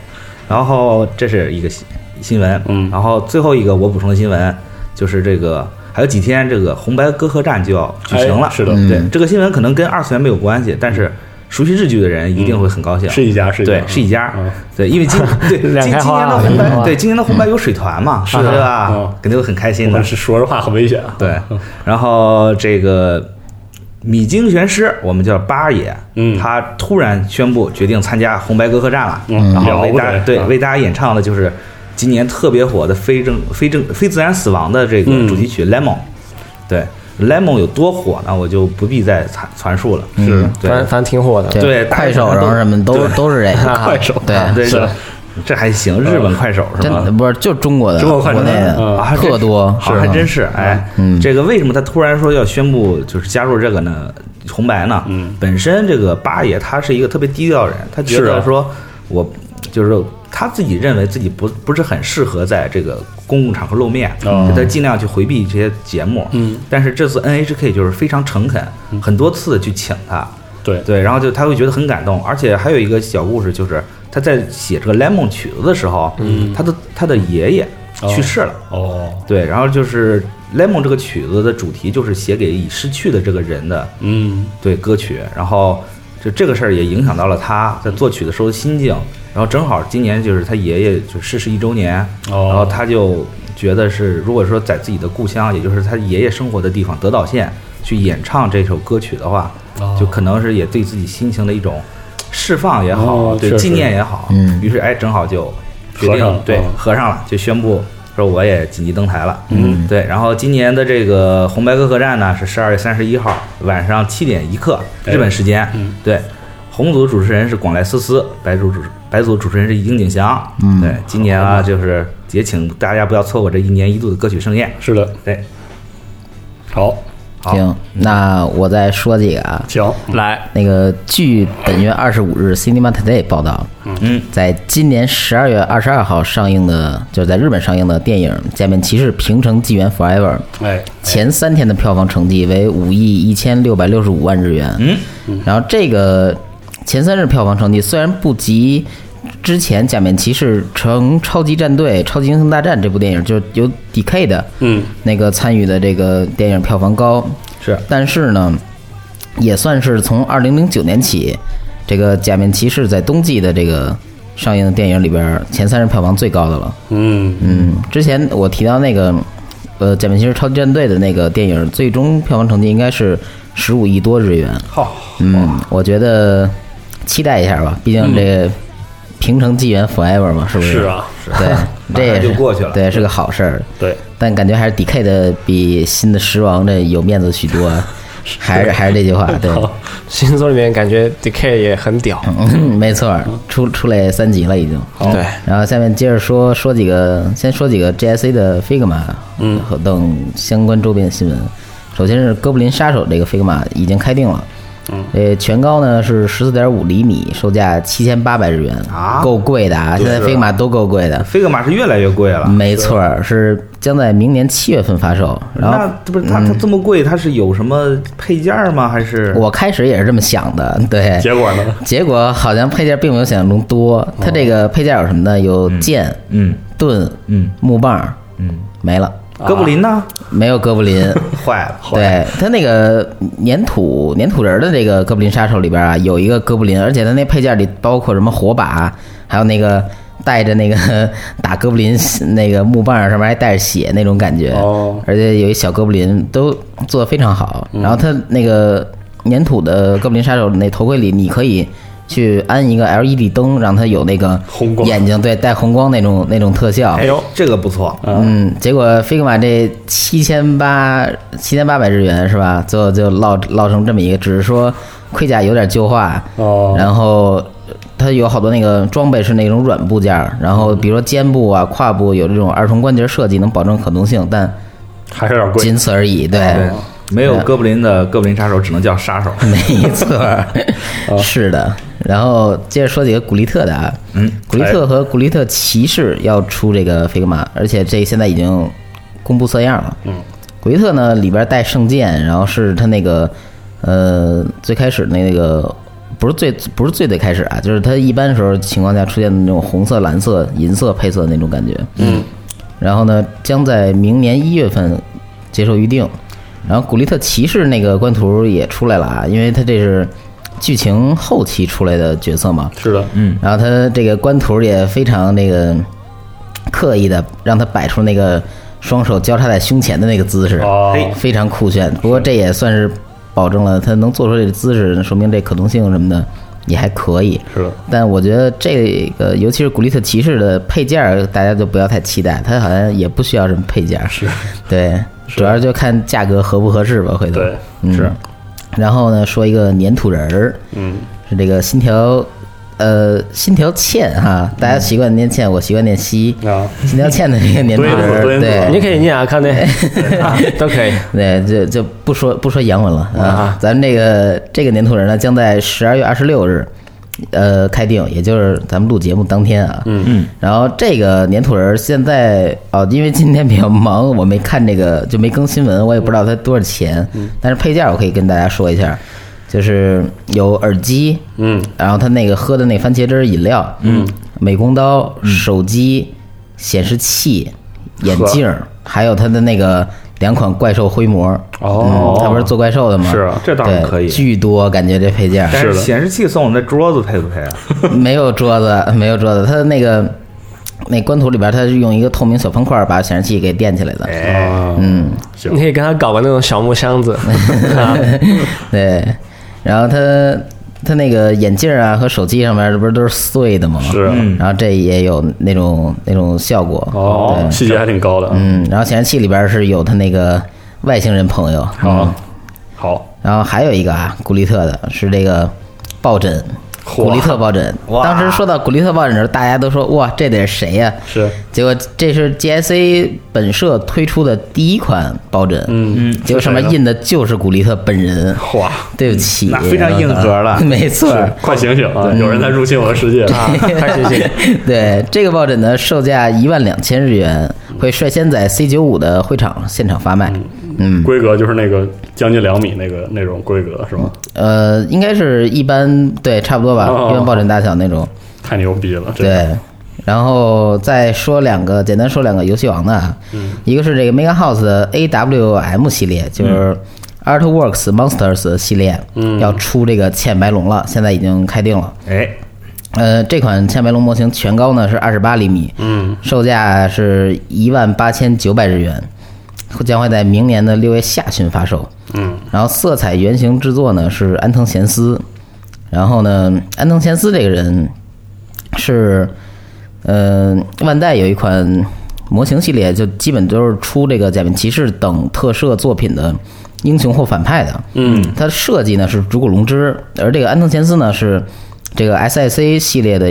Speaker 5: 然后这是一个新新闻，
Speaker 3: 嗯
Speaker 5: 然后最后一个我补充的新闻就是这个还有几天，这个红白歌合战就要举行了。嗯
Speaker 3: 哎是的
Speaker 5: 对这个新闻可能跟二次元没有关系，但是熟悉日剧的人一定会很高兴。
Speaker 3: 嗯是一家是一家
Speaker 5: 对，是一家
Speaker 3: 嗯。
Speaker 5: 对，因为今对今
Speaker 2: 两
Speaker 5: 今
Speaker 2: 开
Speaker 5: 年
Speaker 2: 花
Speaker 5: 的
Speaker 2: 啊
Speaker 5: 红
Speaker 4: 两开花
Speaker 5: 白，对今年的红白有水团嘛，是吧
Speaker 3: 嗯？
Speaker 5: 肯定会很开心的
Speaker 3: 但。是说实话很危险啊。
Speaker 5: 对，然后这个米津玄师，我们叫八爷，
Speaker 3: 嗯
Speaker 5: 他突然宣布决定参加红白歌合战了，
Speaker 3: 嗯
Speaker 5: 然后
Speaker 3: 了
Speaker 5: 为
Speaker 3: 不
Speaker 5: 大家
Speaker 3: 得
Speaker 5: 对
Speaker 3: 啊
Speaker 5: 为大家演唱的就是今年特别火的非正非正非自然死亡的这个
Speaker 3: 嗯
Speaker 5: 主题曲《Lemon》，对。Lemon 有多火呢？我就不必再阐阐述了。是
Speaker 2: 反
Speaker 5: 对
Speaker 2: 正反正挺火的。
Speaker 4: 对
Speaker 5: 对大
Speaker 4: 快
Speaker 5: 家
Speaker 4: 手，
Speaker 5: 都
Speaker 4: 然后什么都都是 这个，
Speaker 3: 快手
Speaker 4: 对，
Speaker 5: 啊对，
Speaker 3: 是
Speaker 5: 这还行。日本快手是
Speaker 4: 真
Speaker 5: 吧
Speaker 4: 的？不是就中国的，
Speaker 3: 中国快手
Speaker 4: 国内
Speaker 3: 嗯
Speaker 5: 啊
Speaker 4: 的
Speaker 5: 还真
Speaker 4: 特
Speaker 5: 是
Speaker 4: 多，
Speaker 5: 好，还真是，哎，
Speaker 4: 嗯
Speaker 5: 这个为什么他突然说要宣布就是加入这个呢？红白呢？
Speaker 3: 嗯
Speaker 5: 本身这个八爷他是一个特别低调的人，他觉
Speaker 3: 是啊
Speaker 5: 得说我就是他自己认为自己不不是很适合在这个公共场合露面，
Speaker 3: 哦
Speaker 5: 他尽量去回避这些节目。
Speaker 3: 嗯，
Speaker 5: 但是这次 NHK 就是非常诚恳，很多次去请他。
Speaker 3: 对
Speaker 5: 对，然后就他会觉得很感动，而且还有一个小故事，就是他在写这个《Lemon》曲子的时候，嗯、他的他的爷爷去世了，
Speaker 3: 哦，
Speaker 5: 对，然后就是《Lemon》这个曲子的主题就是写给已逝去的这个人的
Speaker 3: 嗯，
Speaker 5: 对歌曲，然后就这个事儿也影响到了他在作曲的时候的心境，然后正好今年就是他爷爷就逝世一周年，
Speaker 3: 哦
Speaker 5: 然后他就觉得是如果说在自己的故乡，也就是他爷爷生活的地方德岛县去演唱这首歌曲的话，
Speaker 3: 哦
Speaker 5: 就可能是也对自己心情的一种释放也好，
Speaker 3: 哦
Speaker 5: 对
Speaker 3: 确实
Speaker 5: 纪念也好，
Speaker 4: 嗯
Speaker 5: 于是哎正好就决
Speaker 3: 合
Speaker 5: 定
Speaker 3: 上了
Speaker 5: 对
Speaker 3: 哦
Speaker 5: 合上了，就宣布说我也紧急登台了。嗯，对。然后今年的这个红白歌合战呢是十二月三十一号晚上七点一刻
Speaker 3: 哎
Speaker 5: 日本时间。
Speaker 3: 嗯
Speaker 5: 对，红组主持人是广濑丝丝，白组主白组主持人是樱井翔。嗯，对，今年啊就是也请大家不要错过这一年一度的歌曲盛宴。
Speaker 3: 是的，
Speaker 5: 对，
Speaker 3: 好，
Speaker 5: 好，
Speaker 4: 行，那我再说几个啊。
Speaker 3: 行，
Speaker 2: 来，
Speaker 4: 那个据本月二十五日 Cinema Today 报道，
Speaker 5: 嗯，
Speaker 4: 在今年十二月二十二号上映的，就是在日本上映的电影《假面骑士：平成纪元 Forever》，
Speaker 3: 哎，
Speaker 4: 前三天的票房成绩为五亿一千六百六十五万日元。嗯，然后这个前三日票房成绩虽然不及之前《假面骑士》成《超级战队》《超级英雄大战》这部电影就有 DK 的，
Speaker 3: 嗯，
Speaker 4: 那个参与的这个电影票房高，
Speaker 5: 是
Speaker 4: 但是呢，也算是从二零零九年起，这个《假面骑士》在冬季的这个上映的电影里边儿前三日票房最高的了。
Speaker 3: 嗯，
Speaker 4: 嗯，之前我提到那个，呃，《假面骑士超级战队》的那个电影，最终票房成绩应该是十五亿多日元。
Speaker 5: 好，
Speaker 4: 嗯，我觉得期待一下吧，毕
Speaker 5: 嗯
Speaker 4: 竟这个平成纪元 forever 嘛，是不是？
Speaker 3: 是啊，
Speaker 4: 对，这也
Speaker 5: 马上
Speaker 4: 是
Speaker 5: 就过去了
Speaker 4: 对，是个好事儿。
Speaker 3: 对，
Speaker 4: 但感觉还是 DK 的比新的狮王这有面子许多 啊，还是还是这句话，对，
Speaker 2: 新作里面感觉 Decay 也很屌。
Speaker 4: 嗯， 没错儿，出出来三集了已经。
Speaker 2: 对，
Speaker 4: 然后下面接着说说几个，先说几个 GSA 的 Figma 嗯和等相关周边新闻。首先是《哥布林杀手》这个 Figma 已经开定了，嗯，呃，全高呢是十四点五厘米，售价七千八百日元
Speaker 5: 啊
Speaker 4: 够贵的啊！现在 Figma 都够贵的，
Speaker 5: 飞格玛是啊越来越贵了。
Speaker 4: 没错儿，是将在明年七月份发售。然
Speaker 5: 那
Speaker 4: 后嗯
Speaker 5: 不是它它这么贵，它是有什么配件儿吗？还是
Speaker 4: 我开始也是这么想的，对，
Speaker 3: 结果呢？
Speaker 4: 结果好像配件并没有想象中多，它这个配件有什么呢？有剑、
Speaker 5: 嗯
Speaker 4: 盾、
Speaker 5: 嗯
Speaker 4: 木棒，
Speaker 5: 嗯，
Speaker 4: 没了，
Speaker 5: 哥布林呢？
Speaker 4: 没有哥布 林。
Speaker 5: 坏了，
Speaker 4: 对它那个粘土粘土人的这个哥布林杀手里边啊，有一个哥布林，而且它那配件里包括什么火把，还有那个 带着那个打哥布林那个木棒上面还带着血那种感觉，
Speaker 3: 哦嗯
Speaker 4: 而且有一小哥布林都做的非常好。然后它那个粘土的哥布林杀手那头盔里，你可以。去安一个 LED 灯，让它有那个
Speaker 3: 红光
Speaker 4: 眼睛对带红光那种那种特效。
Speaker 2: 哎呦，
Speaker 5: 这个不错，
Speaker 4: 嗯，结果 Figma 这七千八七千八百日元是吧？最后就落落成这么一个，只是说盔甲有点旧化，
Speaker 3: 哦
Speaker 4: 然后它有好多那个装备是那种软部件儿，然后比如说肩部啊、胯部有这种儿童关节设计，能保证可动性，但
Speaker 3: 还是有点贵
Speaker 4: 仅，此而已。对，
Speaker 5: 对，没
Speaker 4: 嗯
Speaker 5: 有哥布林的哥布林杀手只能叫杀 手。
Speaker 4: 没错儿，是的。然后接着说几个古力特的啊，嗯，古力特和古力特骑士要出这个 Figma，而且这现在已经公布色样了。嗯，古力特呢里边带圣剑，然后是他那个呃最开始那个。不是最不是最最开始啊，就是它一般时候情况下出现的那种红色、蓝色、银色配色那种感觉。嗯，然后呢，将在明年一月份接受预定。然后古力特骑士那个官图也出来了啊，因为它这是剧情后期出来的角色嘛。
Speaker 3: 是的，
Speaker 4: 嗯，然后它这个官图也非常那个刻意的让他摆出那个双手交叉在胸前的那个姿势，
Speaker 3: 哦
Speaker 4: 嘿非常酷炫。不过这也算是保证了他能做出这个姿势，说明这可动性什么的也还可以。
Speaker 3: 是的，
Speaker 4: 但我觉得这个，尤其是古力特骑士的配件儿，大家就不要太期待，它好像也不需要什么配件儿。是，对，主要就看价格合不合适吧。回头
Speaker 3: 对，
Speaker 4: 嗯、
Speaker 5: 是。
Speaker 4: 然后呢，说一个粘土人儿，
Speaker 3: 嗯，
Speaker 4: 是这个新条，呃，新条茜哈，大家习惯念茜，我习惯念西。
Speaker 3: 嗯啊，
Speaker 4: 新条茜的这个粘土人儿，
Speaker 3: 对对
Speaker 2: 你
Speaker 4: 对
Speaker 2: 可以念啊，看那 啊都可以。
Speaker 4: 对，就就哎不说不说洋文了啊。咱们这个这个粘土人呢，将在十二月二十六日，呃，开定，也就是咱们录节目当天啊。嗯嗯。然后这个粘土人现在哦，因为今天比较忙，我没看这个，就没更新闻，我也不知道它多少钱。但是配件我可以跟大家说一下，就是有耳机，
Speaker 3: 嗯，
Speaker 4: 然后他那个喝的那番茄汁儿饮料，嗯，美工刀、手机、显示器、眼镜儿，还有他的那个两款怪兽灰模。
Speaker 3: 哦
Speaker 4: 嗯他不是做怪兽的吗？
Speaker 3: 是啊
Speaker 5: 这当然
Speaker 4: 对
Speaker 5: 可以
Speaker 4: 巨多，感觉这配件儿
Speaker 5: 但是
Speaker 3: 是的
Speaker 5: 显示器送我们的桌子配不配啊？
Speaker 4: 没有桌子， 没有桌子，他的那个那官图里边，他是用一个透明小方块把显示器给垫起来的。
Speaker 3: 啊，嗯，行
Speaker 2: 你，可以跟他搞个那种小木箱 子，啊
Speaker 4: 对，然后他他那个眼镜啊和手机上面不是都是碎的吗？嗯
Speaker 3: 是啊
Speaker 4: 然后这也有那种那种效果。
Speaker 3: 哦，细节还挺高的，
Speaker 4: 嗯，然后显示器里边是有他那个外星人朋友。嗯
Speaker 3: 好，好，
Speaker 4: 然后还有一个啊，古力特的是这个抱枕，
Speaker 3: 嚯
Speaker 4: 古力特抱枕。
Speaker 5: 哇
Speaker 4: 当时说到古力特抱枕的时候，大家都说哇，这得是谁呀、
Speaker 3: 是
Speaker 4: 结果这是 GSA 本社推出的第一款抱枕，
Speaker 3: 嗯嗯
Speaker 4: 结果上面印的就是古力特本人。
Speaker 3: 哇，
Speaker 4: 对不起，
Speaker 5: 嗯那非常硬核了
Speaker 4: 没错。
Speaker 3: 快醒醒啊！有人在入侵我的世界 啊！
Speaker 2: 开心心。
Speaker 4: 对这个抱枕呢，售价一万两千日元，会率先在 C 九五的会场现场发卖。嗯，
Speaker 3: 规格就是那个将近两米那个那种规格是吗？
Speaker 4: 呃，应该是一般对，差不多吧，
Speaker 3: 哦
Speaker 4: 一般抱枕大小那种。
Speaker 3: 太牛逼了！这个
Speaker 4: 对，然后再说两个，简单说两个游戏王的啊，一个是这个 Mega House 的 AWM 系列，就是。Artworks Monsters 系列、要出这个嵌白龙了，现在已经开定了。
Speaker 5: 哎，
Speaker 4: 呃，这款嵌白龙模型全高呢是二十八厘米，嗯，售价是一万八千九百日元，将会在明年的六月下旬发售。嗯，然后色彩原型制作呢是安藤贤司，然后呢，安藤贤司这个人是，呃，万代有一款模型系列，就基本都是出这个假面骑士等特摄作品的英雄或反派的。嗯，它的设计呢是竹谷龙之，而这个安藤贤司呢是这个 SIC 系列的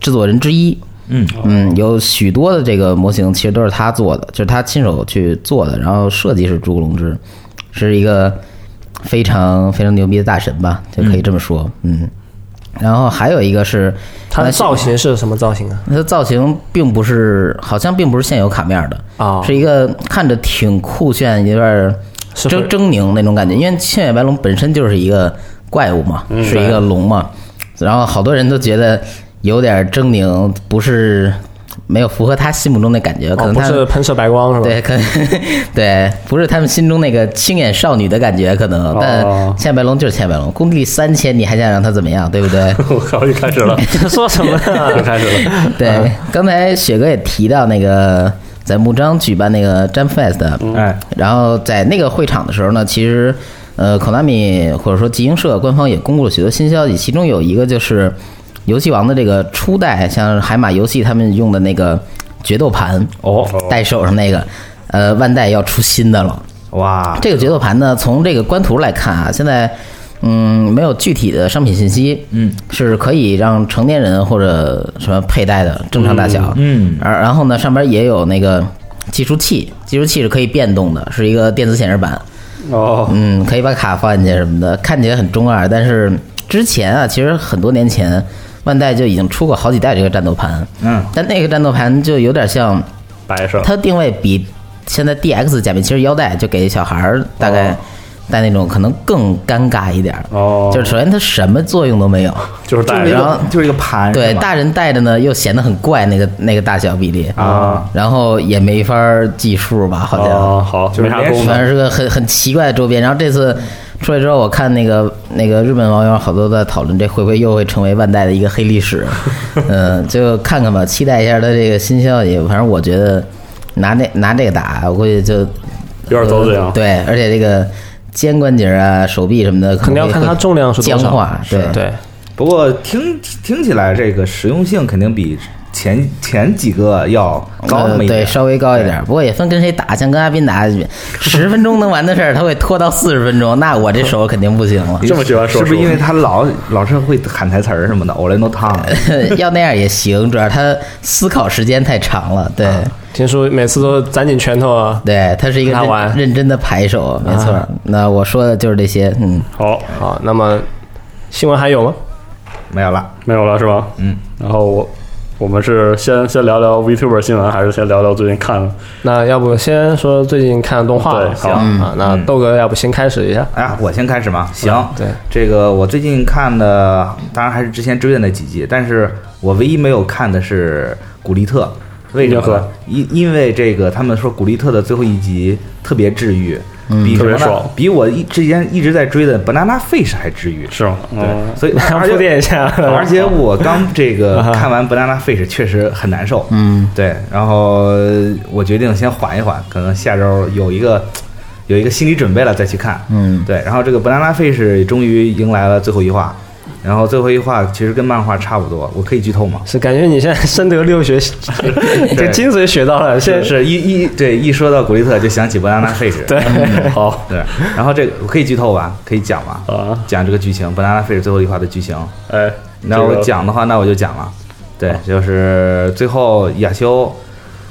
Speaker 4: 制作人之一。嗯有许多的这个模型其实都是他做的，就是他亲手去做的，然后设计是竹谷龙之，是一个非常非常牛逼的大神吧，就可以这么说。嗯，然后还有一个是
Speaker 2: 它的造型是什么造型啊？
Speaker 4: 它的造型并不是，好像并不是现有卡面的
Speaker 2: 哦
Speaker 4: 是一个看着挺酷炫，有点儿
Speaker 2: 是
Speaker 4: 狰
Speaker 2: 会
Speaker 4: 狰狞那种感觉。因为血眼白龙本身就是一个怪物嘛，
Speaker 2: 嗯
Speaker 4: 是一个龙嘛，然后好多人都觉得有点狰狞，不是没有符合他心目中的感觉，可
Speaker 2: 哦，
Speaker 4: 能
Speaker 2: 不
Speaker 4: 他、
Speaker 2: 是喷射白光是吧？
Speaker 4: 对，可能对，不是他们心中那个青眼少女的感觉，可能，但
Speaker 3: 哦
Speaker 4: 千白龙就是千白龙，功力三千，你还想让他怎么样，对不对？
Speaker 3: 我靠，又开始了，
Speaker 2: 说什么啊
Speaker 3: 又
Speaker 2: 呢？
Speaker 3: 开始了，
Speaker 4: 对，刚才雪哥也提到那个在木章举办那个 Jam Fest，
Speaker 5: 哎，
Speaker 4: 然后在那个会场的时候呢，其实呃，Konami 或者说集英社官方也公布了许多新消息，其中有一个就是游戏王的这个初代，像海马游戏他们用的那个决斗盘
Speaker 5: 哦
Speaker 4: 戴手上那个，呃，万代要出新的了。
Speaker 5: 哇，
Speaker 4: 这个决斗盘呢，从这个官图来看啊，现在嗯没有具体的商品信息，嗯，是可以让成年人或者什么佩戴的正常大小，
Speaker 5: 嗯嗯
Speaker 4: 而然后呢上边也有那个计数器，计数器是可以变动的，是一个电子显示板，
Speaker 3: 哦，
Speaker 4: 嗯，可以把卡放进去什么的，看起来很中二，但是之前啊，其实很多年前，万代就已经出过好几代这个战斗盘，
Speaker 5: 嗯，
Speaker 4: 但那个战斗盘就有点像。
Speaker 3: 摆设，
Speaker 4: 它定位比现在 DX 假面骑士腰带就给小孩儿大概带那种可能更尴尬一点儿。
Speaker 3: 哦
Speaker 4: 就是首先它什么作用都没有，
Speaker 3: 就是带
Speaker 5: 就是一
Speaker 3: 着
Speaker 4: 然后
Speaker 5: 个哎就是一个盘，
Speaker 4: 对
Speaker 5: 哎是吧
Speaker 4: 大人带着呢又显得很怪，那个那个大小比例
Speaker 3: 啊，
Speaker 4: 然后也没法儿计数吧，好像。
Speaker 3: 啊，好，
Speaker 5: 就是
Speaker 3: 没啥
Speaker 5: 连
Speaker 3: 功
Speaker 4: 哎反正
Speaker 3: 能
Speaker 4: 是个很很奇怪的周边。然后这次出来之后，我看那个那个日本网友好多在讨论，这会不会又会成为万代的一个黑 历史？嗯，就看看吧，期待一下它这个新消息。反正我觉得拿那拿这个打，我估计就
Speaker 3: 有点遭罪啊
Speaker 4: 呃对，而且这个肩关节啊、手臂什么的，
Speaker 2: 肯定要
Speaker 4: 会
Speaker 2: 看它重量是多
Speaker 4: 僵
Speaker 2: 少
Speaker 4: 化。对
Speaker 2: 是对，
Speaker 4: 嗯
Speaker 5: 不过听听起来，这个实用性肯定比前前几个要高那
Speaker 4: 呃
Speaker 5: 么一
Speaker 4: 对，
Speaker 5: 点。
Speaker 4: 稍微高一点，不过也分跟谁打，像跟阿斌打，十分钟能完的事儿，他会拖到四十分钟，那我这手肯定不行了。
Speaker 3: 这么喜欢
Speaker 5: 是
Speaker 3: 说
Speaker 5: 不是
Speaker 3: 书
Speaker 5: 因为他老老是会喊台词儿什么的？Orlando Town，
Speaker 4: 要那样也行，主要他思考时间太长了。对、
Speaker 2: 听说每次都攒紧拳头啊。
Speaker 4: 对，他是一个
Speaker 2: 那完
Speaker 4: 认认真的牌手，没错。那我说的就是这些，嗯，
Speaker 3: 好，
Speaker 2: 好，啊那么新闻还有吗？
Speaker 5: 没有了。
Speaker 3: 没有了是吧？嗯，然后我我们是先先聊聊 VTuber 新闻，还是先聊聊最近看的？
Speaker 2: 那要不先说最近看的动画
Speaker 3: 对
Speaker 2: 吧，
Speaker 3: 好
Speaker 2: 好啊，那
Speaker 5: 嗯
Speaker 2: 豆哥要不先开始一下？
Speaker 5: 哎
Speaker 3: 嗯
Speaker 5: 呀，我先开始吗？行，
Speaker 2: 对
Speaker 5: 这个我最近看的，当然还是之前追的那几季，但是我唯一没有看的是古力特，为什
Speaker 3: 硬核
Speaker 5: 么？因因为这个他们说古力特的最后一集特别治愈，比什么
Speaker 3: 嗯特别
Speaker 5: 呢
Speaker 3: 爽？
Speaker 5: 比我一之前一直在追的《Banana Fish》还治愈。
Speaker 3: 是吗？嗯
Speaker 5: 对， 所以 而且
Speaker 2: 铺垫一下，
Speaker 5: 而且我刚这个
Speaker 3: 嗯
Speaker 5: 看完《Banana Fish》确实很难受，嗯，对，然后呃我决定先缓一缓，可能下周有一个有一个心理准备了再去看，
Speaker 4: 嗯
Speaker 5: 对，然后这个《Banana Fish》终于迎来了最后一话，然后最后一话其实跟漫画差不多，我可以剧透吗？
Speaker 2: 是感觉你现在深得六 学，这精髓学到了，现在
Speaker 5: 是是一一对一说到古力特就想起《Banana Fish》，对
Speaker 3: 好
Speaker 5: 对，然后这个我可以剧透吧？可以讲吧？
Speaker 3: 啊，
Speaker 5: 讲这个剧情，《Banana Fish》最后一话的剧情，
Speaker 3: 哎，
Speaker 5: 那
Speaker 3: 这
Speaker 5: 我
Speaker 3: 个
Speaker 5: 讲的话，那我就讲了。对，就是最后亚修，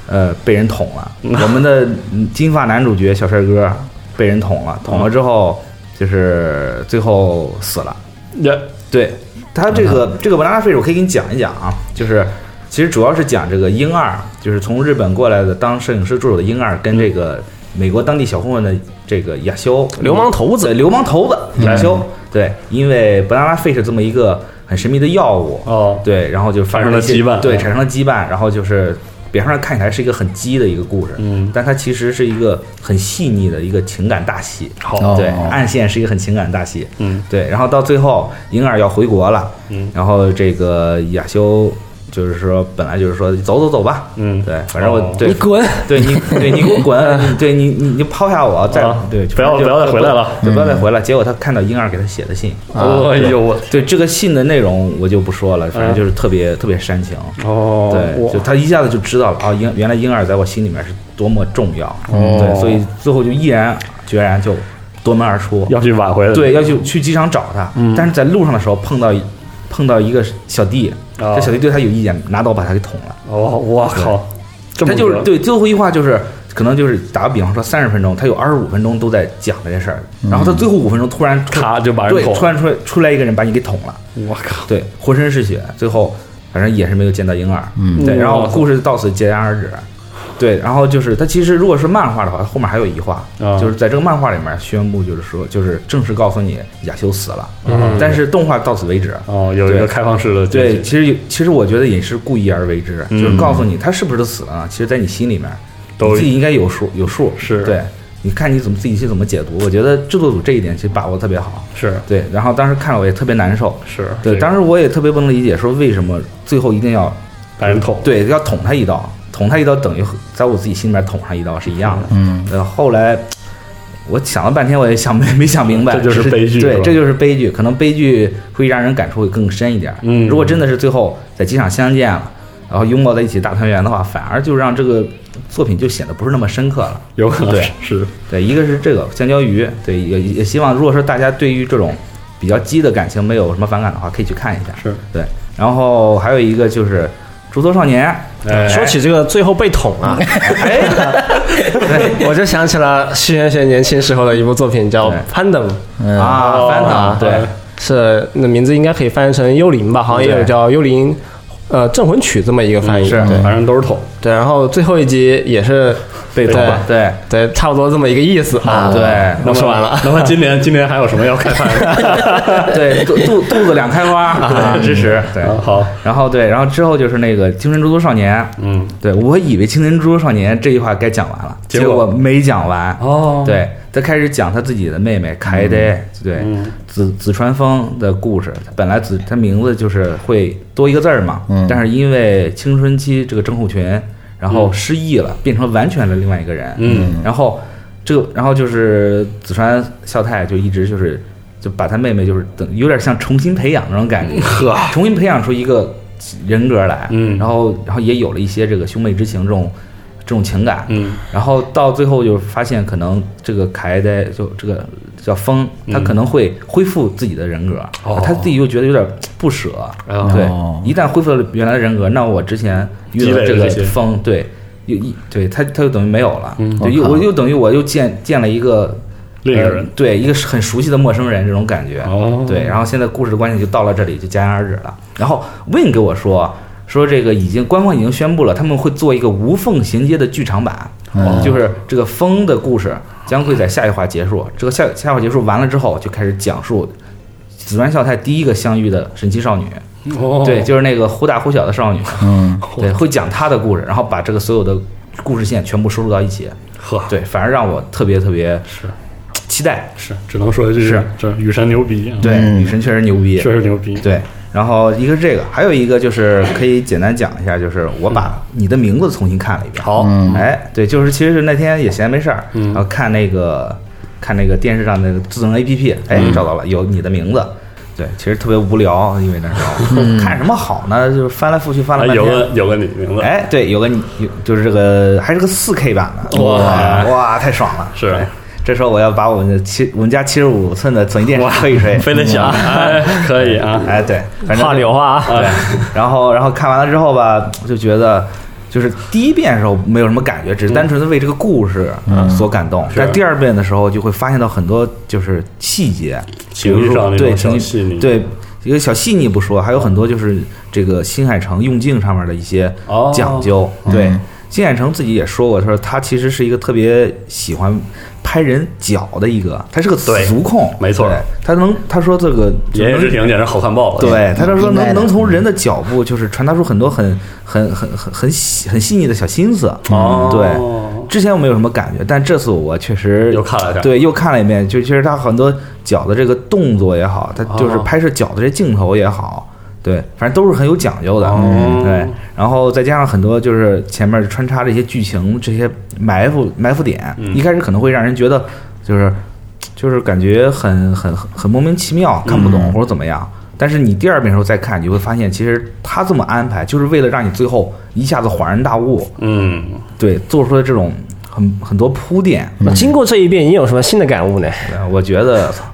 Speaker 5: 呃，被人捅 了。我们的金发男主角小帅哥被人捅了，捅了之后就是最后死了。
Speaker 3: 也
Speaker 5: 对他这个
Speaker 3: 嗯
Speaker 5: 这个《文拉费》，我可以给你讲一讲啊，就是其实主要是讲这个英二，就是从日本过来的当摄影师助手的英二，跟这个美国当地小混混的这个亚修
Speaker 2: 流氓头子
Speaker 5: 对流氓头
Speaker 3: 嗯
Speaker 5: 子亚修，对，因为《文拉费》是这么一个很神秘的药物，
Speaker 3: 哦，
Speaker 5: 对，然后就发
Speaker 3: 产生
Speaker 5: 了
Speaker 3: 了
Speaker 5: 一些
Speaker 3: 羁绊
Speaker 5: 对，
Speaker 3: 嗯
Speaker 5: 产生了羁绊，然后就是表面上看起来是一个很鸡的一个故事，
Speaker 3: 嗯
Speaker 5: 但它其实是一个很细腻的一个情感大戏，
Speaker 3: 好
Speaker 5: 对
Speaker 4: 哦，
Speaker 5: 暗线是一个很情感的大戏，
Speaker 3: 嗯，
Speaker 5: 对，然后到最后银耳要回国了，
Speaker 3: 嗯，
Speaker 5: 然后这个亚修就是说本来就是说走走走吧，
Speaker 3: 嗯
Speaker 5: 对，反正我
Speaker 3: 哦
Speaker 5: 对
Speaker 2: 你滚，
Speaker 5: 对你，对你给 我滚！对你，你你抛下我，再
Speaker 3: 啊
Speaker 5: 对，
Speaker 3: 不要
Speaker 5: 就
Speaker 3: 不要再回来了嗯
Speaker 5: 对，不要再回来。结果他看到婴儿给他写的信，
Speaker 3: 哦哎呦我天
Speaker 5: 对这个信的内容我就不说了，反正就是特别特别煽情。
Speaker 3: 哦，
Speaker 5: 对，就
Speaker 3: 我
Speaker 5: 他一下子就知道了啊，婴原来婴儿在我心里面是多么重要。
Speaker 3: 哦
Speaker 5: 对，所以最后就毅然决然就夺门而出，
Speaker 3: 要去嗯挽回的，
Speaker 5: 对，要去去机场找他。但是在路上的时候碰到一碰到一个小弟，
Speaker 3: 啊
Speaker 5: 这小弟对他有意见，拿刀把他给捅了。
Speaker 3: 哦，我靠，这么
Speaker 5: 他就是
Speaker 3: 个
Speaker 5: 对最后一话就是，可能就是打个比方说三十分钟，他有二十五分钟都在讲这件事儿，然后他最后五分钟突然出
Speaker 3: 咔嗯就把人
Speaker 5: 对
Speaker 3: 捅了
Speaker 5: 突然出来出来一个人把你给捅了，
Speaker 3: 我靠，
Speaker 5: 对，浑身是血，最后反正也是没有见到婴儿，嗯对，然后故事到此戛然而止。对，然后就是他其实如果是漫画的话，后面还有一话，
Speaker 3: 啊
Speaker 5: 就是在这个漫画里面宣布，就是说，就是正式告诉你亚修死了，
Speaker 3: 嗯
Speaker 5: 但是动画到此为止。
Speaker 3: 哦，有一个
Speaker 5: 对
Speaker 3: 开放式的结
Speaker 5: 对，
Speaker 3: 局，
Speaker 5: 其实有，其实我觉得也是故意而为之，
Speaker 3: 嗯
Speaker 5: 就是告诉你他是不是死了呢？其实，在你心里面，
Speaker 3: 都
Speaker 5: 你自己应该有数，有数。
Speaker 3: 是
Speaker 5: 对，你看你怎么自己去怎么解读。我觉得制作组这一点其实把握得特别好。
Speaker 3: 是
Speaker 5: 对，然后当时看了我也特别难受。
Speaker 3: 是，
Speaker 5: 对，当
Speaker 3: 时
Speaker 5: 时我也特别不能理解，说为什么最后一定要
Speaker 3: 把人捅，
Speaker 5: 对要捅他一刀，捅他一刀等于在我自己心里面捅上一刀是一样的。
Speaker 4: 嗯，
Speaker 5: 呃，后来我想了半天，我也想没 没想明白，
Speaker 3: 这就是
Speaker 5: 只
Speaker 3: 悲剧是
Speaker 5: 对
Speaker 3: 吧，
Speaker 5: 这就是悲剧。可能悲剧会让人感触会更深一点。
Speaker 3: 嗯
Speaker 5: 如果真的是最后在机场相见了，然后拥抱在一起大团圆的话，反而就让这个作品就显得不是那么深刻了。
Speaker 3: 有可能
Speaker 5: 对
Speaker 3: 是
Speaker 5: 对，一个是这个香蕉鱼，对，也也希望如果说大家对于这种比较激的感情没有什么反感的话，可以去看一下。
Speaker 3: 是
Speaker 5: 对，然后还有一个就是《诸多少年》
Speaker 3: 哎
Speaker 2: 说起这个最后被捅啊，
Speaker 5: 哎
Speaker 2: 我就想起了徐元玄年轻时候的一部作品叫《
Speaker 5: 对
Speaker 2: Pandem》
Speaker 4: 嗯
Speaker 5: 啊，翻
Speaker 2: 啊
Speaker 5: 腾，对，
Speaker 2: 是那名字应该可以翻译成幽灵吧，好像也有
Speaker 5: 对
Speaker 2: 叫幽灵。呃，镇魂曲这么一个翻译，
Speaker 5: 是
Speaker 3: 反正都是捅，
Speaker 2: 对，然后最后一集也是
Speaker 5: 被动
Speaker 2: 对
Speaker 5: 对
Speaker 2: 对，差不多这么一个意思啊。
Speaker 5: 对
Speaker 2: 我说完了。
Speaker 3: 那么今年今年还有什么要开发 的？
Speaker 5: 对，肚肚肚子两开花，啊支持对。
Speaker 3: 啊好，
Speaker 5: 然后对，然后之后就是那个《青春猪猪少年》，
Speaker 3: 嗯，
Speaker 5: 对我以为《青春猪猪少年》这句话该讲完了，
Speaker 3: 结
Speaker 5: 结
Speaker 3: 果
Speaker 5: 果没讲完。
Speaker 3: 哦
Speaker 5: 对，他开始讲他自己的妹妹凯德，对
Speaker 3: 嗯
Speaker 5: 子子川风的故事。本来子他名字就是会多一个字儿嘛，
Speaker 4: 嗯
Speaker 5: 但是因为青春期这个症候群，然后失忆了，变成完全的另外一个人。
Speaker 3: 嗯，
Speaker 5: 然后这个，然后就是子川孝太就一直就是就把他妹妹就是等有点像重新培养那种感觉，重新培养出一个人格来，
Speaker 3: 嗯
Speaker 5: 然后然后也有了一些这个兄妹之情这种这种情感，
Speaker 3: 嗯，
Speaker 5: 然后到最后就发现可能这个凯的就这个叫风，他可能会恢复自己的人格，
Speaker 3: 嗯
Speaker 5: 啊
Speaker 3: 哦
Speaker 5: 他自己又觉得有点不舍，
Speaker 3: 哦
Speaker 5: 对，一旦恢复了原来的人格，那我之前遇
Speaker 3: 积
Speaker 5: 到
Speaker 3: 累
Speaker 5: 这
Speaker 3: 的
Speaker 5: 个
Speaker 3: 这些
Speaker 5: 风，对。又一对他，他就等于没有了，
Speaker 3: 嗯
Speaker 5: 对，又我又等于我又见见了一个
Speaker 3: 另一个
Speaker 5: 呃
Speaker 3: 人
Speaker 5: 对一个很熟悉的陌生人这种感觉，
Speaker 3: 哦
Speaker 5: 对，然后现在故事的关系就到了这里，就戛然而止了。然后 Win 给我说说这个已经官方已经宣布了，他们会做一个无缝衔接的剧场版，
Speaker 3: 哦
Speaker 5: 就是这个风的故事将会在下一话结束。这个下下一话结束完了之后，就开始讲述紫川孝太第一个相遇的神奇少女，
Speaker 3: 哦
Speaker 5: 对，就是那个忽大忽小的少女，
Speaker 4: 嗯，
Speaker 5: 对，会讲她的故事，然后把这个所有的故事线全部收入到一起，
Speaker 3: 呵，
Speaker 5: 对，反而让我特别特别
Speaker 3: 是
Speaker 5: 期待。
Speaker 3: 是，只能说就是
Speaker 5: 是
Speaker 3: 这雨神牛逼，啊，
Speaker 5: 对，女神确实牛逼，
Speaker 3: 确实牛逼，
Speaker 5: 对，然后一个是这个，还有一个就是可以简单讲一下，就是我把你的名字重新看了一遍。
Speaker 3: 好
Speaker 5: 哎，对，就是其实是那天也闲没事儿，
Speaker 3: 嗯
Speaker 5: 然后看那个看那个电视上那个自动 APP，哎，
Speaker 3: 嗯
Speaker 5: 找到了有你的名字。对，其实特别无聊，因为那时候 看什么好呢？就是翻来覆去翻了
Speaker 3: 嗯哎
Speaker 5: 半
Speaker 3: 有
Speaker 5: 天
Speaker 3: 个。有个你名字，
Speaker 5: 哎，对，有个你有就是这个还是个四 K 版的，
Speaker 3: 哇
Speaker 5: 哎哇，太爽了！
Speaker 3: 是
Speaker 5: 哎这时候我要把我们的七我们家七十五寸的索尼电视吹一吹，嗯
Speaker 3: 非得想，哎，可以 啊，
Speaker 5: 哎，对，反正
Speaker 2: 话里有话啊，
Speaker 5: 对，然后然后看完了之后吧，就觉得就是第一遍的时候没有什么感觉，只
Speaker 3: 嗯
Speaker 5: 是单纯的为这个故事所感动。但第二遍的时候，就会发现到很多就是细节，
Speaker 3: 情绪上那种
Speaker 5: 对
Speaker 3: 小
Speaker 5: 情绪
Speaker 3: 细腻
Speaker 5: 对。一个小细腻不说，还有很多就是这个新海诚用镜上面的一些
Speaker 3: 哦
Speaker 5: 讲究。对，新海诚自己也说过，他说他其实是一个特别喜欢拍人脚的一个，他是个
Speaker 3: 对
Speaker 5: 足控，
Speaker 3: 没错
Speaker 5: 对，他能他说这个就
Speaker 3: 爷爷
Speaker 5: 能
Speaker 3: 之庭简直好看爆了，
Speaker 5: 对，他就说
Speaker 4: 应该
Speaker 5: 能
Speaker 4: 的
Speaker 5: 能从人的脚步，就是传达出很多很很很很很细很细腻的小心思。嗯
Speaker 3: 哦
Speaker 5: 对，之前我没有什么感觉，但这次我确实
Speaker 3: 又看了一下
Speaker 5: 对，又看了一遍，就其实他很多脚的这个动作也好，他就是
Speaker 3: 哦
Speaker 5: 拍摄脚的这镜头也好。对，反正都是很有讲究的，
Speaker 3: 哦
Speaker 5: 对，然后再加上很多就是前面穿插这些剧情、这些埋伏埋伏点，
Speaker 3: 嗯
Speaker 5: 一开始可能会让人觉得就是就是感觉很很很很莫名其妙，
Speaker 3: 嗯
Speaker 5: 看不懂、或者怎么样。但是你第二遍的时候再看，你就会发现，其实他这么安排，就是为了让你最后一下子恍然大悟，
Speaker 3: 嗯，
Speaker 5: 对，做出了这种很很多铺垫。
Speaker 2: 那经过这一遍，你有什么新的感悟呢？
Speaker 5: 呃我觉得操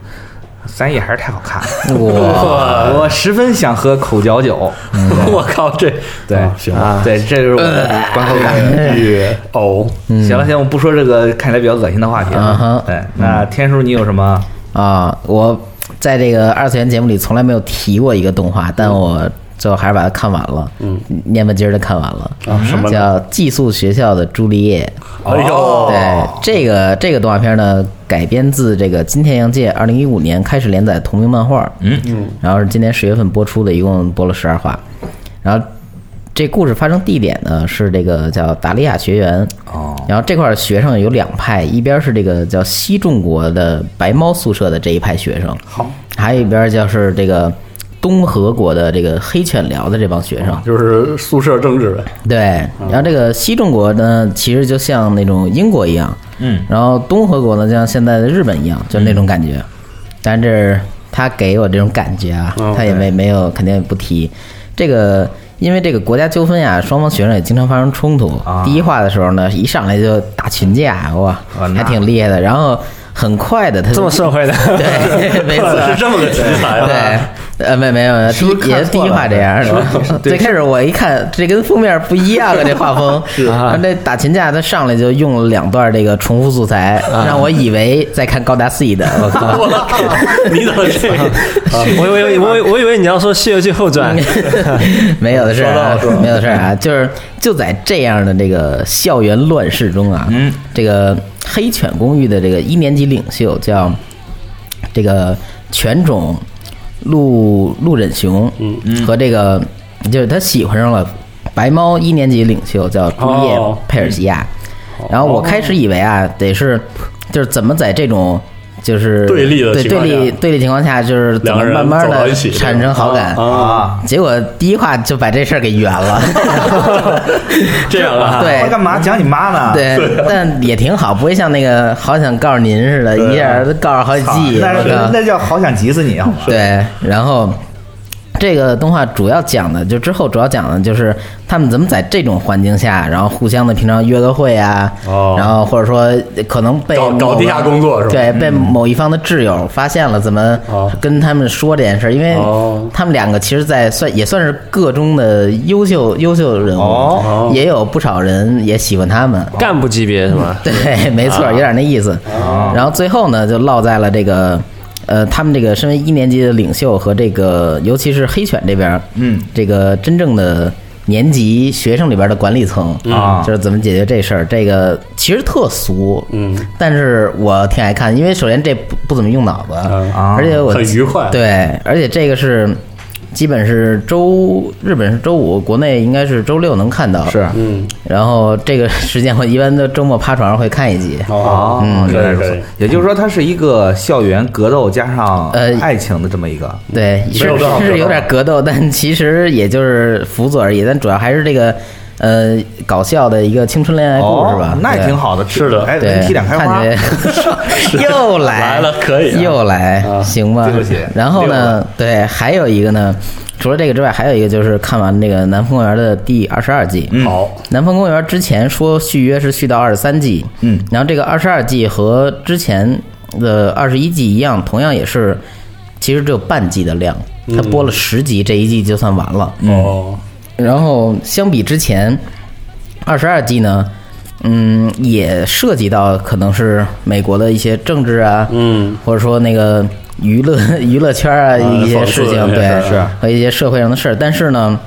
Speaker 5: 三叶还是太好看了，
Speaker 4: 哇，
Speaker 5: 我十分想喝口嚼酒。
Speaker 3: 我靠，这
Speaker 5: 对，
Speaker 3: 啊行，
Speaker 5: 嗯啊，对，这就是我的观后感。
Speaker 3: 与偶
Speaker 5: 行了，行，我不说这个看起来比较恶心的话题
Speaker 4: 嗯
Speaker 5: 了
Speaker 4: 哼。
Speaker 5: 对，那天叔你有什么？
Speaker 4: 啊，我在这个二次元节目里从来没有提过一个动画，
Speaker 3: 嗯
Speaker 4: 但我最后还是把它看完了，嗯，蔫巴唧的看完了，
Speaker 3: 啊什么呢
Speaker 4: 叫《寄宿学校的朱丽叶》。哦
Speaker 3: 哎呦
Speaker 4: 对，这个这个动画片呢，改编自这个金田洋介二零一五年开始连载同名漫画，嗯嗯，然后是今年十月份播出的，一共播了十二话，然后。这故事发生地点呢是这个叫达利亚学园
Speaker 5: 哦
Speaker 4: 然后这块儿学生有两派，一边是这个叫西中国的白猫宿舍的这一派学生，好，还有一边就是这个东和国的这个黑犬寮的这帮学生，
Speaker 3: 就是宿舍政治呗，
Speaker 4: 对，
Speaker 5: 嗯
Speaker 4: 然后这个西中国呢，其实就像那种英国一样，
Speaker 5: 嗯，
Speaker 4: 然后东和国呢，就像现在的日本一样，就是那种感觉。但是他给我这种感觉啊，
Speaker 5: 哦
Speaker 4: 他也没没有，肯定也不提这个，因为这个国家纠纷呀，双方学生也经常发生冲突。
Speaker 5: 啊
Speaker 4: 第一话的时候呢，一上来就打群架，哇
Speaker 5: 啊，
Speaker 4: 还
Speaker 5: 那
Speaker 4: 挺厉害的。然后很快的，他 就
Speaker 2: 这么社会的，
Speaker 4: 对，没错，
Speaker 3: 是这么个题材啊
Speaker 4: 对，呃，没没有，没有第
Speaker 3: 是不是
Speaker 4: 一也
Speaker 3: 看
Speaker 4: 是第一
Speaker 3: 错了
Speaker 4: 话这样是吧？ 最开始我一看，这跟封面不一样啊，这画 风。是啊，那打群架他上来就用了两段这个重复素材，让我以为在看高达 C 的。我靠！
Speaker 3: 啊 我靠，你怎么这个？啊
Speaker 2: 我以为我以为我以为你要说《西游记后传》
Speaker 4: 嗯 没有的事儿啊，没有的事儿啊，就是就在这样的这个校园乱世中啊，嗯，这个黑犬公寓的这个一年级领袖叫这个犬种陆陆忍雄，嗯嗯，和这个就是他喜欢上了白猫一年级领袖叫朱叶
Speaker 3: 哦嗯
Speaker 4: 佩尔西亚，然后我开始以为啊，得是就是怎么在这种。就是
Speaker 3: 对立的
Speaker 4: 对
Speaker 3: 情
Speaker 4: 对
Speaker 3: 况
Speaker 4: 立
Speaker 3: 下
Speaker 4: 对立情况下，就是怎
Speaker 3: 两
Speaker 4: 么
Speaker 3: 个人
Speaker 4: 慢慢
Speaker 3: 走到
Speaker 4: 的
Speaker 3: 一起
Speaker 4: 产生好感
Speaker 5: 啊，
Speaker 4: 结果第一话就把这事儿给圆了，
Speaker 2: 这样啊，
Speaker 4: 对
Speaker 5: 他干嘛讲你妈呢？，
Speaker 4: 对，但也挺好，不会像那个好想告诉您似的，一下儿都告诉好几季。
Speaker 5: 那
Speaker 4: 我靠
Speaker 5: 那叫好想急死你，好吗？
Speaker 4: 对，然后这个动画主要讲的，就之后主要讲的就是他们怎么在这种环境下，然后互相的平常约个会啊，
Speaker 3: 哦
Speaker 4: 然后或者说可能被
Speaker 3: 搞搞
Speaker 4: 某个
Speaker 3: 地下工作是吧
Speaker 4: 对，被某一方的挚友发现了，怎么
Speaker 3: 哦
Speaker 4: 跟他们说这件事儿？因为
Speaker 3: 哦
Speaker 4: 他们两个其实在，算也算是各中的优秀优秀人物，
Speaker 5: 哦
Speaker 4: 也有不少人也喜欢他们。
Speaker 2: 干部级别是吗？
Speaker 4: 对， 没错，有点那意思。然后最后呢，就落在了这个，呃，他们这个身为一年级的领袖和这个，尤其是黑犬这边，
Speaker 5: 嗯，
Speaker 4: 这个真正的年级学生里边的管理层
Speaker 5: 啊
Speaker 4: 就是怎么解决这事儿。这个其实特俗，
Speaker 3: 嗯，
Speaker 4: 但是我挺爱看，因为首先这不不怎么用脑子，
Speaker 3: 嗯
Speaker 5: 啊
Speaker 4: 而且我
Speaker 3: 很愉快
Speaker 4: 对，而且这个是。基本是周日本是周五，国内应该是周六能看到。
Speaker 5: 是
Speaker 3: 嗯，
Speaker 4: 然后这个时间我一般都周末趴床上会看一集。
Speaker 3: 哦
Speaker 5: 哦，
Speaker 3: 可
Speaker 5: 原来
Speaker 3: 以
Speaker 5: 如
Speaker 3: 可
Speaker 5: 此
Speaker 3: 以。。
Speaker 5: 也就是说，它是一个校园格斗加上
Speaker 4: 呃
Speaker 5: 爱情的这么一个。
Speaker 4: 对，是
Speaker 3: 没有多少格斗
Speaker 4: 是有点格斗，但其实也就是辅佐而已。但主要还是这个呃搞笑的一个青春恋爱故事吧
Speaker 5: 哦，，那也
Speaker 4: 对
Speaker 5: 挺。好的，
Speaker 3: 是的
Speaker 5: 哎，
Speaker 4: 对
Speaker 5: 人，体两开花，
Speaker 4: 看起来又来
Speaker 3: 来了可以啊
Speaker 4: 又来，
Speaker 3: 啊
Speaker 4: 行吧
Speaker 5: 对不起？
Speaker 4: 然后
Speaker 5: 六
Speaker 4: 呢，对，还有一个呢，除了这个之外，还有一个就是看完那个《南风公园》的第二十二季，嗯
Speaker 3: 好，
Speaker 4: 南方公园之前说续约是续到二十三季，
Speaker 5: 嗯，
Speaker 4: 然后这个二十二季和之前的二十一季一样，同样也是，其实只有半季的量，它播了十集，这一季就算完了。
Speaker 3: 哦，
Speaker 4: 然后相比之前二十二季呢，嗯，也涉及到可能是美国的一些政治啊，
Speaker 3: 嗯，
Speaker 4: 或者说那个娱乐 娱乐圈啊一些
Speaker 3: 讽刺
Speaker 4: 事情，
Speaker 3: 的那些
Speaker 4: 对，
Speaker 3: 事儿
Speaker 4: 和一些社会上的事儿。但是呢，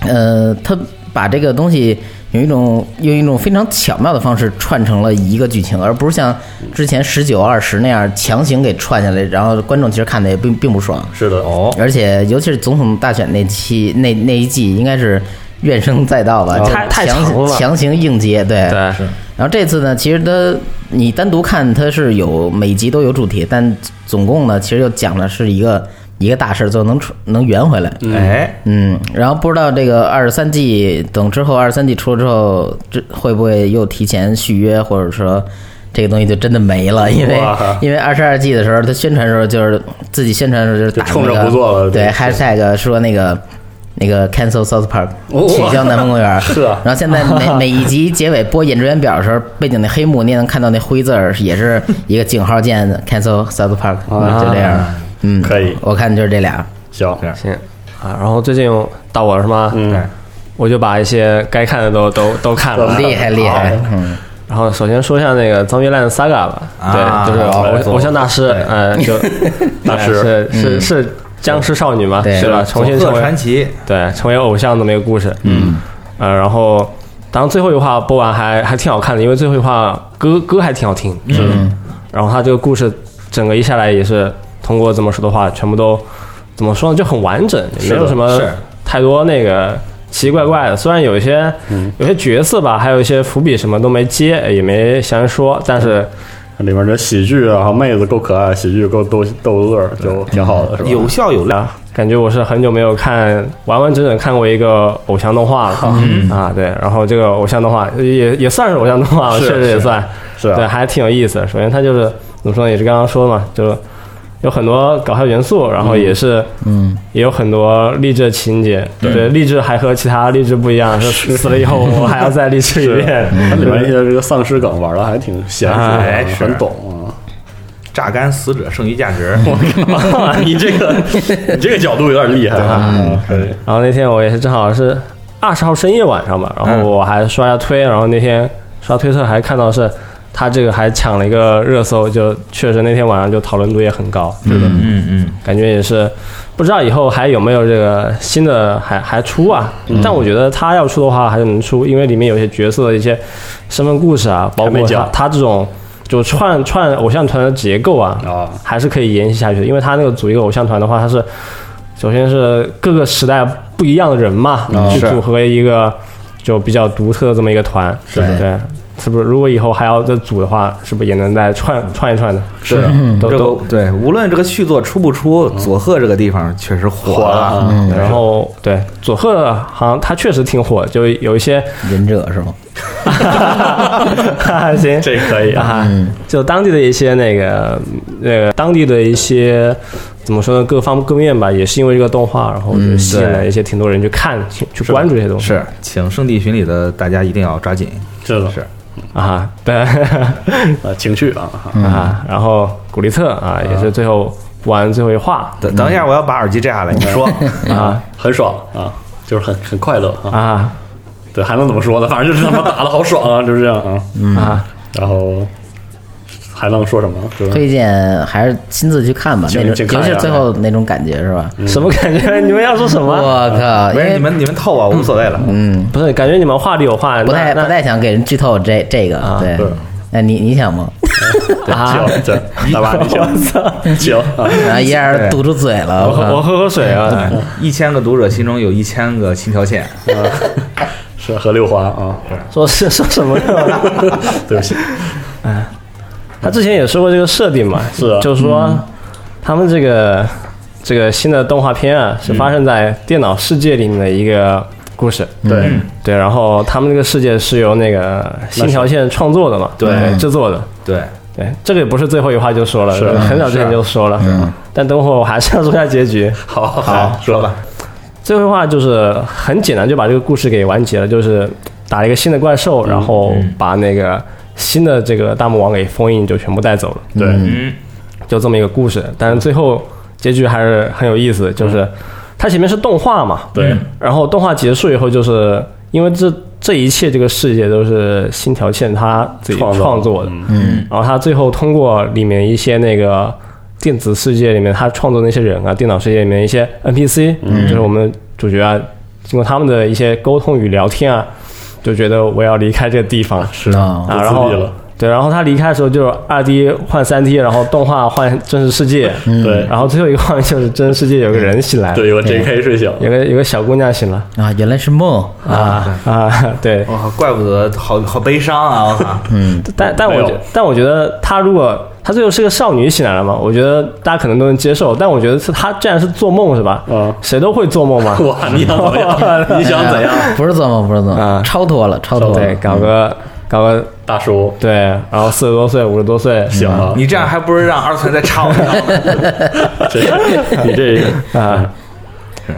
Speaker 4: 呃，他把这个东西用一种用一种非常巧妙的方式串成了一个剧情，而不是像之前十九二十那样强行给串下来，然后观众其实看的也并并不爽。
Speaker 3: 是的，哦，
Speaker 4: 而且尤其是总统大选那期那那一季，应该是怨声载道吧，就
Speaker 2: 哦太太
Speaker 4: 强
Speaker 2: 长了
Speaker 4: 强行硬接，对。
Speaker 5: 哎
Speaker 2: 对，
Speaker 4: 然后这次呢，其实它你单独看它是有每集都有主题，但总共呢，其实就讲的是一个一个大事，最后能出能圆回来。
Speaker 5: 哎，
Speaker 4: 嗯，然后不知道这个二十三季等之后二十三季出了之后，这会不会又提前续约，或者说这个东西就真的没了？因为
Speaker 3: 哇
Speaker 4: 因为二十二季的时候，他宣传的时候就是自己宣传的时候就是打
Speaker 3: 就冲着
Speaker 4: 那个
Speaker 3: 不做了
Speaker 4: 对
Speaker 3: 对
Speaker 4: hashtag 说那个。那个 cancel South Park
Speaker 3: 哦
Speaker 4: 取消南方公园
Speaker 3: 是啊
Speaker 4: 然后现在 每每一集结尾播演职员表的时候，背景那黑幕你也能看到那灰字儿，也是一个井号键 cancel South Park，就这样。嗯，
Speaker 3: 啊可以
Speaker 4: 我看就是这 俩。
Speaker 3: 行，
Speaker 2: 行啊。然后最近到我了是吗？
Speaker 5: 哎
Speaker 3: 嗯，
Speaker 2: 我就把一些该看的都都都看了，
Speaker 4: 厉害厉害，嗯，
Speaker 2: 然后首先说一下那个《脏月烂 Saga》吧，对，
Speaker 5: 啊
Speaker 2: 就是
Speaker 3: 没
Speaker 2: 偶
Speaker 3: 错
Speaker 2: 偶像大师，呃，就
Speaker 3: 大师
Speaker 2: 是是是僵尸少女嘛，
Speaker 4: 对
Speaker 2: 是吧？重新
Speaker 5: 佐
Speaker 2: 成
Speaker 5: 贺传
Speaker 2: 为
Speaker 5: 奇，
Speaker 2: 对成为偶像这么一个故事，嗯，呃，然后当然最后一话播完还还挺好看的，因为最后一话歌歌还挺好听，嗯，然后他这个故事整个一下来也是通过这么说的话，全部都怎么说呢，就很完整，也没有什么
Speaker 5: 是
Speaker 2: 太多那个奇奇怪怪的。虽然有一些、有些角色吧，还有一些伏笔什么都没接，也没详说，但是
Speaker 3: 嗯里面的喜剧啊，和妹子够可爱，喜剧够逗逗乐儿，就挺好的，是吧？
Speaker 5: 有笑有泪，
Speaker 2: 感觉我是很久没有看完完整整看过一个偶像动画了、啊，对，然后这个偶像动画也也算是偶像动画了，
Speaker 3: 是
Speaker 2: 确实也算
Speaker 3: 是啊
Speaker 2: 对，还挺有意思的。首先它就是怎么说呢，也是刚刚说的嘛，就是有很多搞笑元素，然后也是嗯，也有很多励志的情节，对，励志还和其他励志不一样，是死了以后我还要再励志一
Speaker 3: 是啊嗯
Speaker 2: 遍，
Speaker 3: 它里面一些这个丧尸梗玩的还挺娴熟的，
Speaker 2: 哎
Speaker 3: 很懂啊。
Speaker 5: 榨干死者剩余价 值。
Speaker 3: 哇你这个你这个角度有点厉害啊！可以，
Speaker 2: 然后那天我也是正好是二十号深夜晚上吧，然
Speaker 3: 嗯
Speaker 2: 后我还刷一下推，然后那天刷推特还看到是他这个还抢了一个热搜，就确实那天晚上就讨论度也很高，
Speaker 5: 嗯嗯，
Speaker 2: 感觉也是不知道以后还有没有这个新的还还出啊？
Speaker 3: 嗯
Speaker 2: 但我觉得他要出的话还是能出，因为里面有一些角色的一些身份故事啊，包
Speaker 3: 还没
Speaker 2: 括他
Speaker 3: 讲
Speaker 2: 他这种就串串偶像团的结构啊，
Speaker 3: 啊
Speaker 2: 还是可以延续下去的。因为他那个组一个偶像团的话，他是首先是各个时代不一样的人嘛，去
Speaker 5: 嗯是
Speaker 2: 组合一个就比较独特的这么一个团，对对。是不是如果以后还要再组的话，是不是也能再串串一串的？
Speaker 5: 嗯是
Speaker 2: 都
Speaker 5: 这
Speaker 2: 都
Speaker 5: 个对，无论这个续作出不出，佐贺这个地方确实火
Speaker 3: 了
Speaker 5: 了。
Speaker 2: 嗯然后对佐贺好像他确实挺火，就有一些，
Speaker 4: 忍者是吗？
Speaker 2: 哈哈， 行，
Speaker 3: 这可以啊！
Speaker 2: 啊，就当地的一些那个那个当地的一些怎么说呢，各方各面吧，也是因为这个动画，然后就吸引了一些挺多人去看、去去关注这些东西
Speaker 5: 是，请圣地巡礼的大家一定要抓紧。
Speaker 3: 这个
Speaker 5: 是
Speaker 2: 啊，对
Speaker 3: 啊，情绪啊，啊
Speaker 2: 啊，然后古力特啊，也是最后玩最后一话
Speaker 5: 等等一下，我要把耳机摘下来，你说。
Speaker 4: 嗯
Speaker 2: 啊
Speaker 3: 很爽啊，就是很很快乐啊。
Speaker 2: 啊
Speaker 3: 对，还能怎么说呢？反正就是他妈打的好爽啊，就是这样啊。
Speaker 2: 啊，
Speaker 3: 然后还能说什么？就是
Speaker 4: 推荐还是亲自去看吧，
Speaker 3: 就
Speaker 4: 那种
Speaker 3: 就
Speaker 4: 尤
Speaker 3: 看一
Speaker 4: 其
Speaker 3: 下
Speaker 4: 是最后那种感觉是吧？
Speaker 2: 什么感觉？你们要说什么？
Speaker 4: 我靠，因
Speaker 5: 没事，
Speaker 4: 为
Speaker 5: 你们你们透我无所谓了。
Speaker 2: 不是，感觉你们话里有话，
Speaker 4: 不太
Speaker 2: 那
Speaker 4: 不太想给人剧透这这个，对
Speaker 3: 对。
Speaker 4: 那你你想吗？
Speaker 2: 啊
Speaker 3: 行，这大巴，你行，行啊，
Speaker 4: 然后一下
Speaker 5: 对
Speaker 4: 堵住嘴了，
Speaker 2: 我
Speaker 4: 我
Speaker 2: 喝我
Speaker 4: 靠！
Speaker 2: 喝口水啊。
Speaker 5: 哎
Speaker 4: 嗯
Speaker 5: 一千个读者心中有一千个心跳线，
Speaker 3: 是和六花啊，
Speaker 2: 说是说什么呢？
Speaker 3: 对不起，
Speaker 2: 他之前也说过这个设定嘛，
Speaker 3: 是啊
Speaker 2: 就是说他们这个这个新的动画片啊，
Speaker 3: 嗯
Speaker 2: 是发生在电脑世界里面的一个故事。
Speaker 3: 对，
Speaker 5: 嗯
Speaker 2: 对，然后他们这个世界是由那个新条线创作的嘛，嗯
Speaker 5: 对
Speaker 2: 制作的。
Speaker 5: 对，
Speaker 2: 对，这个也不是最后一话就说了，
Speaker 3: 是啊
Speaker 2: 很早之前就说了。但等会儿我还是要说一下结局。
Speaker 3: 好好说吧，
Speaker 2: 最后一话就是很简单，就把这个故事给完结了，就是打了一个新的怪兽，然后把那个新的这个大魔王给封印，就全部带走了。
Speaker 3: 对，
Speaker 5: 嗯，
Speaker 2: 就这么一个故事。但是最后结局还是很有意思，就是它前面是动画嘛，
Speaker 3: 对，
Speaker 2: 然后动画结束以后，就是因为这这一切这个世界都是新条线他自己
Speaker 3: 创造
Speaker 2: 创作的，嗯，然后他最后通过里面一些那个。电子世界里面他创作那些人啊，电脑世界里面一些 NPC，、就是我
Speaker 3: 嗯
Speaker 2: 们主角啊，经过他们的一些沟通与聊天啊，就觉得我要离开这个地方，
Speaker 3: 是
Speaker 4: 啊
Speaker 2: 啊，然后
Speaker 3: 自闭了
Speaker 2: 对，然后他离开的时候就是二 D 换三 D，然后动画换真实世界，
Speaker 3: 对
Speaker 2: 然后最后一个画面就是真实世界有个人醒来，
Speaker 3: 嗯对，，有个 J.K. 睡醒，
Speaker 2: 有个有个小姑娘醒了
Speaker 4: 啊，原来是梦
Speaker 2: 啊啊， 对，
Speaker 3: 哦
Speaker 5: 我靠，怪不得好好悲伤啊！我靠，
Speaker 2: 但但我
Speaker 3: 没有
Speaker 2: 觉但我觉得她如果她最后是个少女醒来了嘛，我觉得大家可能都能接受，但我觉得是她既然是做梦是吧？
Speaker 3: 啊，
Speaker 2: 谁都会做梦嘛
Speaker 3: 哇，你想怎么样？你想怎样？
Speaker 4: 哎不是做梦，不是做
Speaker 2: 啊
Speaker 4: 梦，超脱了，超脱
Speaker 2: 对，
Speaker 4: 了。
Speaker 2: 搞
Speaker 3: 嗯
Speaker 2: 个搞个
Speaker 3: 大叔，
Speaker 2: 对，然后四十多岁五十多岁
Speaker 3: 行啊
Speaker 2: 醒
Speaker 3: 了，
Speaker 5: 你这样还不如让二次元再插我一刀。
Speaker 3: 这你这
Speaker 2: 啊。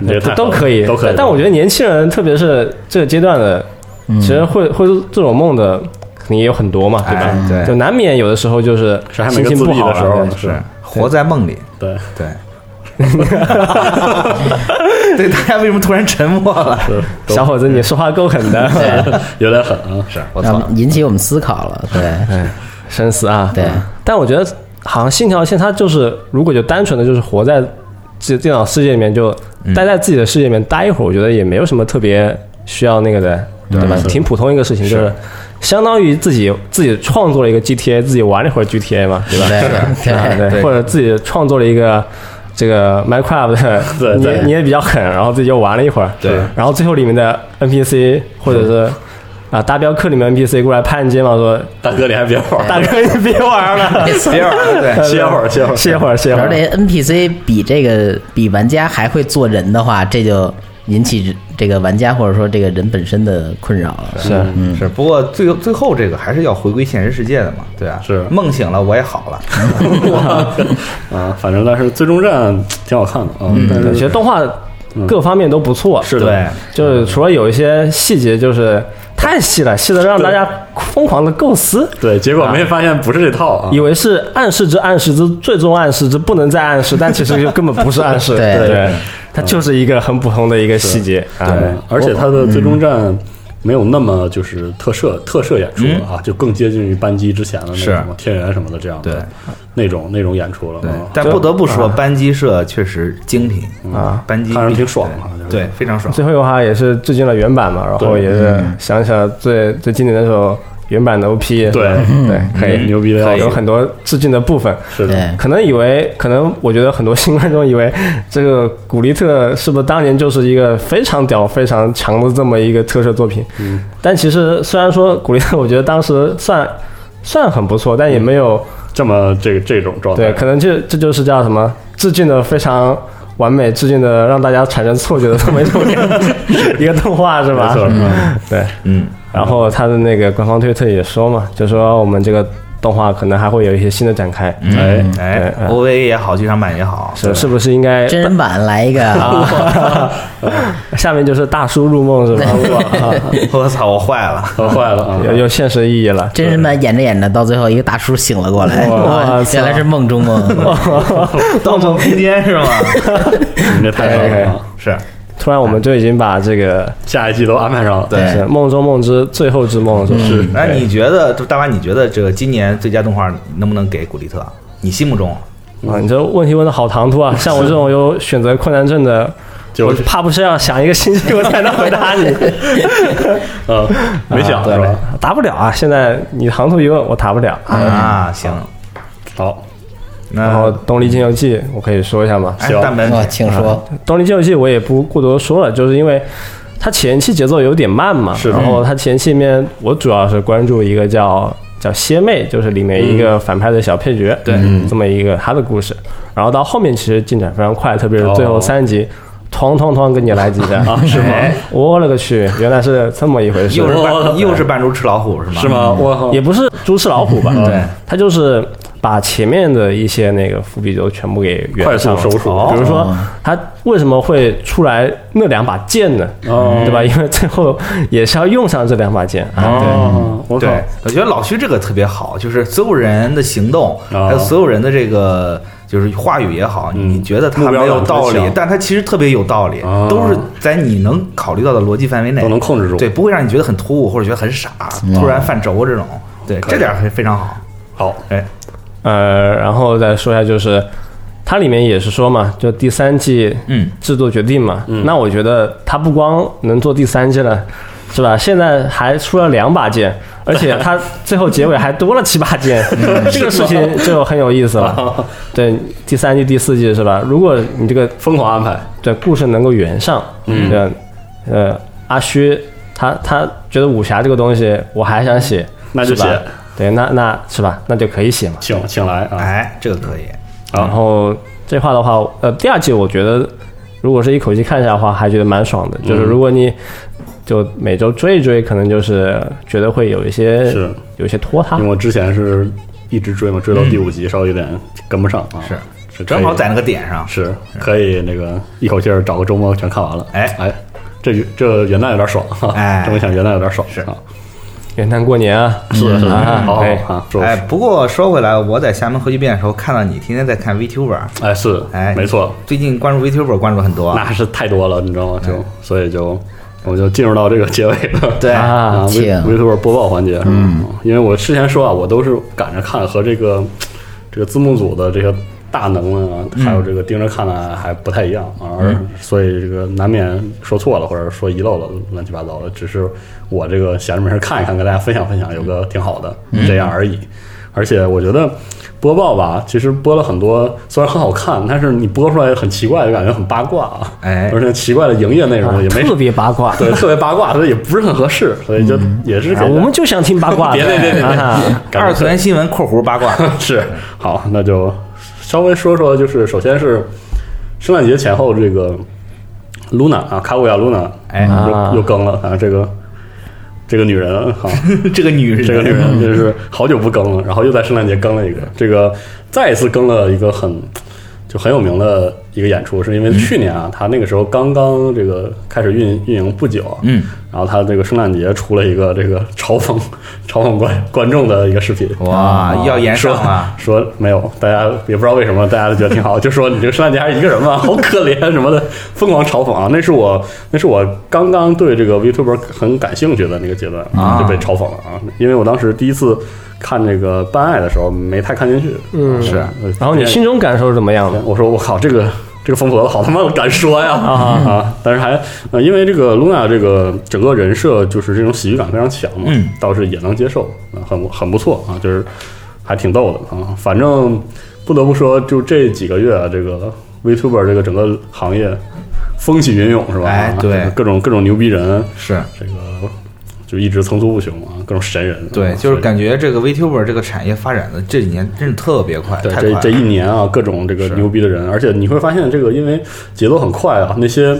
Speaker 3: 你这太
Speaker 2: 都可以，
Speaker 3: 都可以，
Speaker 2: 但我觉得年轻人，特别是这个阶段的，
Speaker 3: 嗯
Speaker 2: 其实会会做这种梦的，肯定也有很多嘛，对吧
Speaker 5: 哎？对
Speaker 2: 就难免有的时候就是
Speaker 3: 是还没
Speaker 2: 心
Speaker 3: 个
Speaker 2: 情
Speaker 3: 自
Speaker 2: 不
Speaker 3: 闭
Speaker 2: 好啊
Speaker 3: 的时候
Speaker 2: 了
Speaker 3: 呢，
Speaker 5: 是
Speaker 3: 是，
Speaker 5: 活在梦里，
Speaker 3: 嗯对，
Speaker 5: 对。 对，大家为什么突然沉默了？
Speaker 3: 都
Speaker 2: 小伙子，你说话够狠 的，
Speaker 3: 有点狠啊，是
Speaker 5: 我
Speaker 4: 然
Speaker 5: 操
Speaker 4: 后！引起我们思考了，对，
Speaker 2: 生死啊！
Speaker 4: 对
Speaker 2: 但我觉得好像信条线它就是，如果就单纯的就是活在自己电脑世界里面，就待在自己的世界里面待一会儿，我觉得也没有什么特别需要那个的，对吧？挺普通一个事情，就是相当于自己自己创作了一个 GTA，自己玩了一会儿 GTA 嘛，对吧？
Speaker 4: 对
Speaker 2: 啊对，
Speaker 5: 对
Speaker 2: 或者自己创作了一个这个 Minecraft，
Speaker 3: 对
Speaker 2: 你
Speaker 3: 对
Speaker 2: 你也比较狠，然后自己又玩了一会儿，
Speaker 5: 对
Speaker 2: 然后最后里面的 NPC 或者是啊大镖客里面 NPC 过来拍你肩膀说
Speaker 3: 大哥你还别玩，：“
Speaker 2: 大哥，你别玩了，
Speaker 5: 别玩了，啊对，
Speaker 3: 歇会儿歇会儿
Speaker 2: 歇会儿，歇会
Speaker 4: 而
Speaker 2: 儿。
Speaker 4: 这 NPC 比这个比玩家还会做人的话，这就引起这个玩家或者说这个人本身的困扰了。
Speaker 2: 是”
Speaker 3: 嗯
Speaker 5: 是。不过最后最后这个还是要回归现实世界的嘛，对啊，
Speaker 3: 是
Speaker 5: 梦醒了我也好了，
Speaker 3: 啊，反正但是最终战挺好看的啊，但
Speaker 2: 对，
Speaker 3: 是
Speaker 2: 其实动画各方面都不错，
Speaker 3: 是的
Speaker 5: 对，
Speaker 2: 就是除了有一些细节，就是太细了，细的让大家疯狂的构思。
Speaker 3: 对，结果没发现不是这套啊
Speaker 2: 以。哎为是暗示之暗示之最终暗示之不能再暗示，但其实就根本不是暗 示，
Speaker 4: 对
Speaker 2: 对它就是一个很普通的一个细节啊。
Speaker 3: 对，哎而且它的最
Speaker 2: 嗯
Speaker 3: 终战没有那么就是特摄特摄演出
Speaker 2: 嗯
Speaker 3: 了啊，就更接近于班机之前的那种
Speaker 5: 是
Speaker 3: 什么天元什么的这样的
Speaker 5: 对
Speaker 3: 那种那种演出了
Speaker 5: 对
Speaker 3: 啊，。嗯
Speaker 5: 但不得不说，班机社确实精品啊，班机
Speaker 3: 看着挺爽啊就是
Speaker 5: 对，非常爽。
Speaker 2: 最后的话也是致敬了原版嘛，然后
Speaker 3: 对
Speaker 2: 也是想想最最经典的那首原版的 OP，
Speaker 3: 对
Speaker 2: 对，可以
Speaker 3: 牛逼的要
Speaker 2: 有
Speaker 3: 死，
Speaker 2: 很多致敬的部分。
Speaker 3: 是的，
Speaker 4: 对
Speaker 2: 可能以为，可能我觉得很多新观众以为这个古力特是不是当年就是一个非常屌、非常强的这么一个特摄作品？嗯，但其实虽然说古力特，我觉得当时算算很不错，但也没有、
Speaker 3: 这么这这种状态
Speaker 2: 对，，可能这这就是叫什么致敬的非常完美，致敬的让大家产生错觉的这么一种 一个动画是
Speaker 3: 没
Speaker 2: 吧？
Speaker 3: 错，嗯
Speaker 2: 对，
Speaker 5: 嗯，
Speaker 2: 然后他的那个官方推特也说嘛，就说我们这个动画可能还会有一些新的展开，
Speaker 3: 哎，
Speaker 5: 哎
Speaker 2: 嗯
Speaker 5: ，OVA 也好，剧场版也好，
Speaker 2: 是是不是应该
Speaker 4: 真人版来一个，
Speaker 2: 下面就是大叔入梦是吧？
Speaker 5: 我操，我坏了。
Speaker 3: 喝坏了啊，
Speaker 2: 有有现实意义了。
Speaker 4: 真人版演着演着，到最后一个大叔醒了过来，
Speaker 2: 哇
Speaker 4: 哇原来是梦中梦。
Speaker 5: 盗梦空间是吗？
Speaker 3: 你这太好了啊，
Speaker 5: 是，
Speaker 2: 突然我们就已经把这个
Speaker 3: 下一季都安排上了，
Speaker 5: 对
Speaker 2: 是梦中梦之最后之梦是吧
Speaker 3: 是
Speaker 5: 那你觉得，就大妈，你觉得这个今年最佳动画能不能给古力特？你心目中
Speaker 3: 嗯
Speaker 2: 啊，你这问题问的好唐突 啊！像我这种有选择困难症的，
Speaker 3: 就
Speaker 2: 我怕不是要想一个星期我才能回答 你，啊
Speaker 3: 呃，没想
Speaker 2: 对
Speaker 3: 是吧？
Speaker 2: 答不了啊！现在你唐突一问，我答不了。
Speaker 5: 啊，行，
Speaker 3: 好，嗯
Speaker 2: 然
Speaker 5: 那
Speaker 2: 后《东离禁游记》，我可以说一下吗？
Speaker 5: 哎，
Speaker 3: 行
Speaker 5: 大门，
Speaker 4: 我啊请说，
Speaker 2: 《东离禁游记》我也不过多说了，就是因为它前期节奏有点慢嘛，
Speaker 3: 是的
Speaker 2: 然后它前期里面我主要是关注一个叫叫蝎妹，就是里面一个反派的小配角，对、这么一个他的故事。然后到后面其实进展非常快，特别是最后
Speaker 3: 哦
Speaker 2: 三集， 哐哐哐跟你来几下啊，是吗？我勒个去，原来是这么一回事
Speaker 5: 又。是
Speaker 3: 我
Speaker 5: 扮又是扮猪吃老虎是吗？嗯
Speaker 3: 是？吗？我靠
Speaker 2: 也不是猪吃老虎吧？
Speaker 5: 对，
Speaker 2: 他就是把前面的一些那个伏笔就全部给圆
Speaker 3: 快
Speaker 2: 上
Speaker 3: 速
Speaker 2: 了
Speaker 3: 收束，
Speaker 2: 比如说他为什么会出来那两把剑呢？对吧？因为最后也是要用上这两把剑啊。
Speaker 3: 哦，我靠，
Speaker 5: 对，我觉得老徐这个特别好，就是所有人的行动，
Speaker 3: 啊
Speaker 5: 还有所有人的这个就是话语也好，
Speaker 3: 嗯
Speaker 5: 你觉得他
Speaker 3: 目
Speaker 5: 没
Speaker 3: 标
Speaker 5: 有
Speaker 3: 感
Speaker 5: 道
Speaker 3: 很
Speaker 5: 理
Speaker 3: 强，
Speaker 5: 但他其实特别有道理
Speaker 3: 啊，
Speaker 5: 都是在你能考虑到的逻辑范围内，
Speaker 3: 都能控制住
Speaker 5: 对，不会让你觉得很突兀或者觉得很傻，突然犯轴这种，对，这点还非常好，
Speaker 3: 好，
Speaker 5: 哎，
Speaker 2: 呃，然后再说一下，就是它里面也是说嘛，就第三季
Speaker 5: 嗯
Speaker 2: 制作决定嘛。
Speaker 3: 嗯
Speaker 2: 那我觉得它不光能做第三季了。是吧？现在还出了两把剑，而且它最后结尾还多了七把剑，这个事情就很有意思了。对，第三季、第四季是吧？如果你这个
Speaker 3: 疯狂安排，
Speaker 2: 对故事能够圆上，嗯，对，呃，阿虚他他觉得武侠这个东西我还想写，
Speaker 3: 那就是
Speaker 2: 吧
Speaker 3: 写，
Speaker 2: 对，那那是吧？那就可以写嘛。
Speaker 3: 请请来啊，
Speaker 5: 哎，这个可以，
Speaker 2: 然后这话的话，呃，第二季我觉得如果是一口气看下来的话，还觉得蛮爽的。
Speaker 3: 嗯
Speaker 2: 就是如果你就每周追一追，可能就是觉得会有一些
Speaker 3: 是
Speaker 2: 有一些拖沓
Speaker 3: 因为。我之前是一直追嘛，追到第五集稍微有点跟不上啊，
Speaker 5: 是
Speaker 3: 是
Speaker 5: 正好
Speaker 3: 可以
Speaker 5: 在那个点上，
Speaker 3: 是可以那个一口气儿找个周末全看完了，
Speaker 5: 哎
Speaker 3: 哎，这这元旦有点爽，哈
Speaker 5: 哎
Speaker 3: 这么一想元旦有点爽，
Speaker 5: 是
Speaker 3: 啊，
Speaker 2: 元旦过年啊，
Speaker 3: 是是，
Speaker 2: 啊
Speaker 3: 好
Speaker 2: 哎
Speaker 3: 好啊，祝
Speaker 5: 哎，不过说回来，我在厦门核聚变的时候看到你天天在看 VTuber，
Speaker 3: 哎是，
Speaker 5: 哎，
Speaker 3: 没错，
Speaker 5: 最近关注 VTuber 关注很多，啊
Speaker 3: 那是太多了，你知道吗？就所以就我就进入到这个结尾了，
Speaker 5: 哎对
Speaker 2: 啊
Speaker 3: 啊
Speaker 4: 请
Speaker 3: ，V Tuber 播报环节，嗯，因为我之前说啊，我都是赶着看和这个这个字幕组的这些大能们啊，还有这个盯着看的还不太一样啊，而所以这个难免说错了或者说遗漏了乱七八糟的，只是我这个闲着没事看一看，跟大家分享分享，有个挺好的这样而已。而且我觉得播报吧，其实播了很多，虽然很好看，但是你播出来很奇怪，就感觉很八卦啊，
Speaker 5: 哎
Speaker 3: 而且奇怪的营业内容也没什
Speaker 2: 啊特
Speaker 3: 么。
Speaker 2: 别八卦。
Speaker 3: 对，特别八卦，所以也不是很合适，所以就也是给
Speaker 2: 啊，我们就想听八卦的。
Speaker 3: 别别别别别
Speaker 2: 啊
Speaker 3: 感
Speaker 5: 二
Speaker 3: 觉
Speaker 5: 次元新闻（ 括弧八卦
Speaker 3: 是好，那就稍微说说，就是首先是圣诞节前后这个 Luna 啊，卡古亚 Luna，
Speaker 5: 哎
Speaker 3: 又又更了啊，这个这个女人啊，），
Speaker 5: 这个女人，
Speaker 3: 这个女人真是好久不更了，然后又在圣诞节更了一个，这个再一次更了一个很。就很有名的一个演出，是
Speaker 5: 嗯
Speaker 3: 因为去年啊，他那个时候刚刚这个开始运运营不久啊，
Speaker 5: 嗯，
Speaker 3: 然后他这个圣诞节出了一个这个嘲讽嘲讽观观众的一个视频，
Speaker 5: 哇
Speaker 3: 啊
Speaker 5: 要延上
Speaker 3: 说
Speaker 5: 了
Speaker 3: 说没有，大家也不知道为什么，大家都觉得挺好，就说你这个圣诞节还是一个人嘛， 好可怜啊什么的，疯狂嘲讽啊，那是我那是我刚刚对这个 VTuber 很感兴趣的那个阶段
Speaker 5: 啊
Speaker 3: 就被嘲讽了啊，因为我当时第一次看这个办爱的时候没太看进去，嗯
Speaker 5: 是
Speaker 2: 然后你心中感受是怎么样的？
Speaker 3: 我说我靠，这个这个疯婆子好他妈敢说呀啊！但是还呃，因为这个露娜这个整个人设就是这种喜剧感非常强嘛，
Speaker 5: 嗯
Speaker 3: 倒是也能接受，啊很很不错啊，就是还挺逗的啊。反正不得不说，就这几个月啊，这个 VTuber 这个整个行业风起云涌是吧？
Speaker 5: 哎
Speaker 3: 啊
Speaker 5: 对
Speaker 3: 各种各种牛逼人，
Speaker 5: 是
Speaker 3: 这个就一直层出不穷啊，各种神人啊，
Speaker 5: 对，就是
Speaker 3: 所以
Speaker 5: 感觉这个 VTuber 这个产业发展的这几年真是特别快，
Speaker 3: 对，
Speaker 5: 太
Speaker 3: 这
Speaker 5: 快
Speaker 3: 这
Speaker 5: 了嗯
Speaker 3: 一年啊，各种这个
Speaker 5: 是
Speaker 3: 牛逼的人，而且你会发现，这个因为节奏很快啊，那些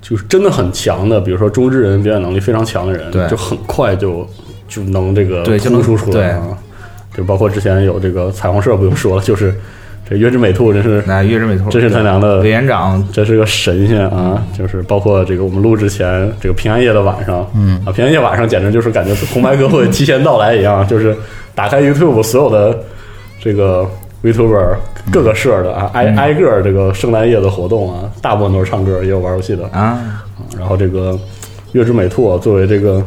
Speaker 3: 就是真的很强的，比如说中之人表演能力非常强的人，
Speaker 5: 对
Speaker 3: 就很快就就能这个
Speaker 5: 对就
Speaker 3: 突
Speaker 5: 能
Speaker 3: 出出来啊。就包括之前有这个彩虹社，不用说了，就是这月之美兔，真是
Speaker 5: 那月之美兔
Speaker 3: 真是他娘的
Speaker 5: 委员长
Speaker 3: 这是个神仙啊！就是包括这个我们录之前，这个平安夜的晚上，嗯啊，平安夜晚上简直就是感觉红白歌会提前到来一样，就是打开 YouTube 所有的这个 YouTuber 各个社的啊，挨挨个儿这个圣诞夜的活动啊，大部分都是唱歌，也有玩游戏的。
Speaker 5: 啊，
Speaker 3: 然后这个月之美兔、啊作为这个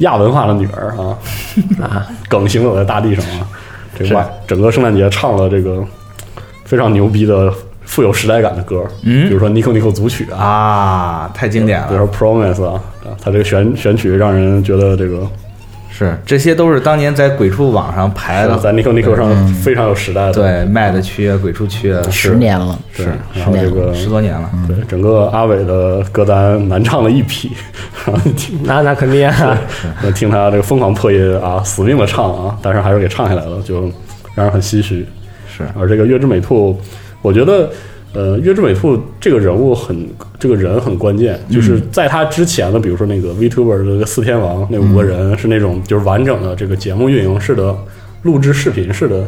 Speaker 3: 亚文化的女儿啊，啊，梗行走在大地上啊，这个晚整个圣诞节唱了这个非常牛逼的、富有时代感的歌，
Speaker 5: 嗯
Speaker 3: 比如说《Nico Nico》组曲啊，
Speaker 5: 啊，太经典
Speaker 3: 比
Speaker 5: 了
Speaker 3: 如，说《Promise》啊，啊它这个选选曲让人觉得这个
Speaker 5: 是这些都是当年在鬼畜网上排了，
Speaker 3: 在《Nico Nico》上非常有时代的，
Speaker 5: 对卖的缺，鬼畜缺
Speaker 3: 是
Speaker 4: 十年了，
Speaker 3: 对，
Speaker 4: 十
Speaker 3: 然后这
Speaker 4: 年了，
Speaker 3: 个嗯
Speaker 5: 十多年了，
Speaker 3: 对整个阿伟的歌单难唱了一批， 然后你听
Speaker 2: 那那肯定啊，
Speaker 3: 我听他这个疯狂破音啊，死命的唱啊，但是还是给唱下来了，就让人很唏嘘。
Speaker 5: 是
Speaker 3: 而这个月之美兔，我觉得，呃，月之美兔这个人物很，这个人很关键，就是在他之前的，比如说那个 VTuber 的那个四天王那五个人是那种就是完整的这个节目运营式的录制视频式的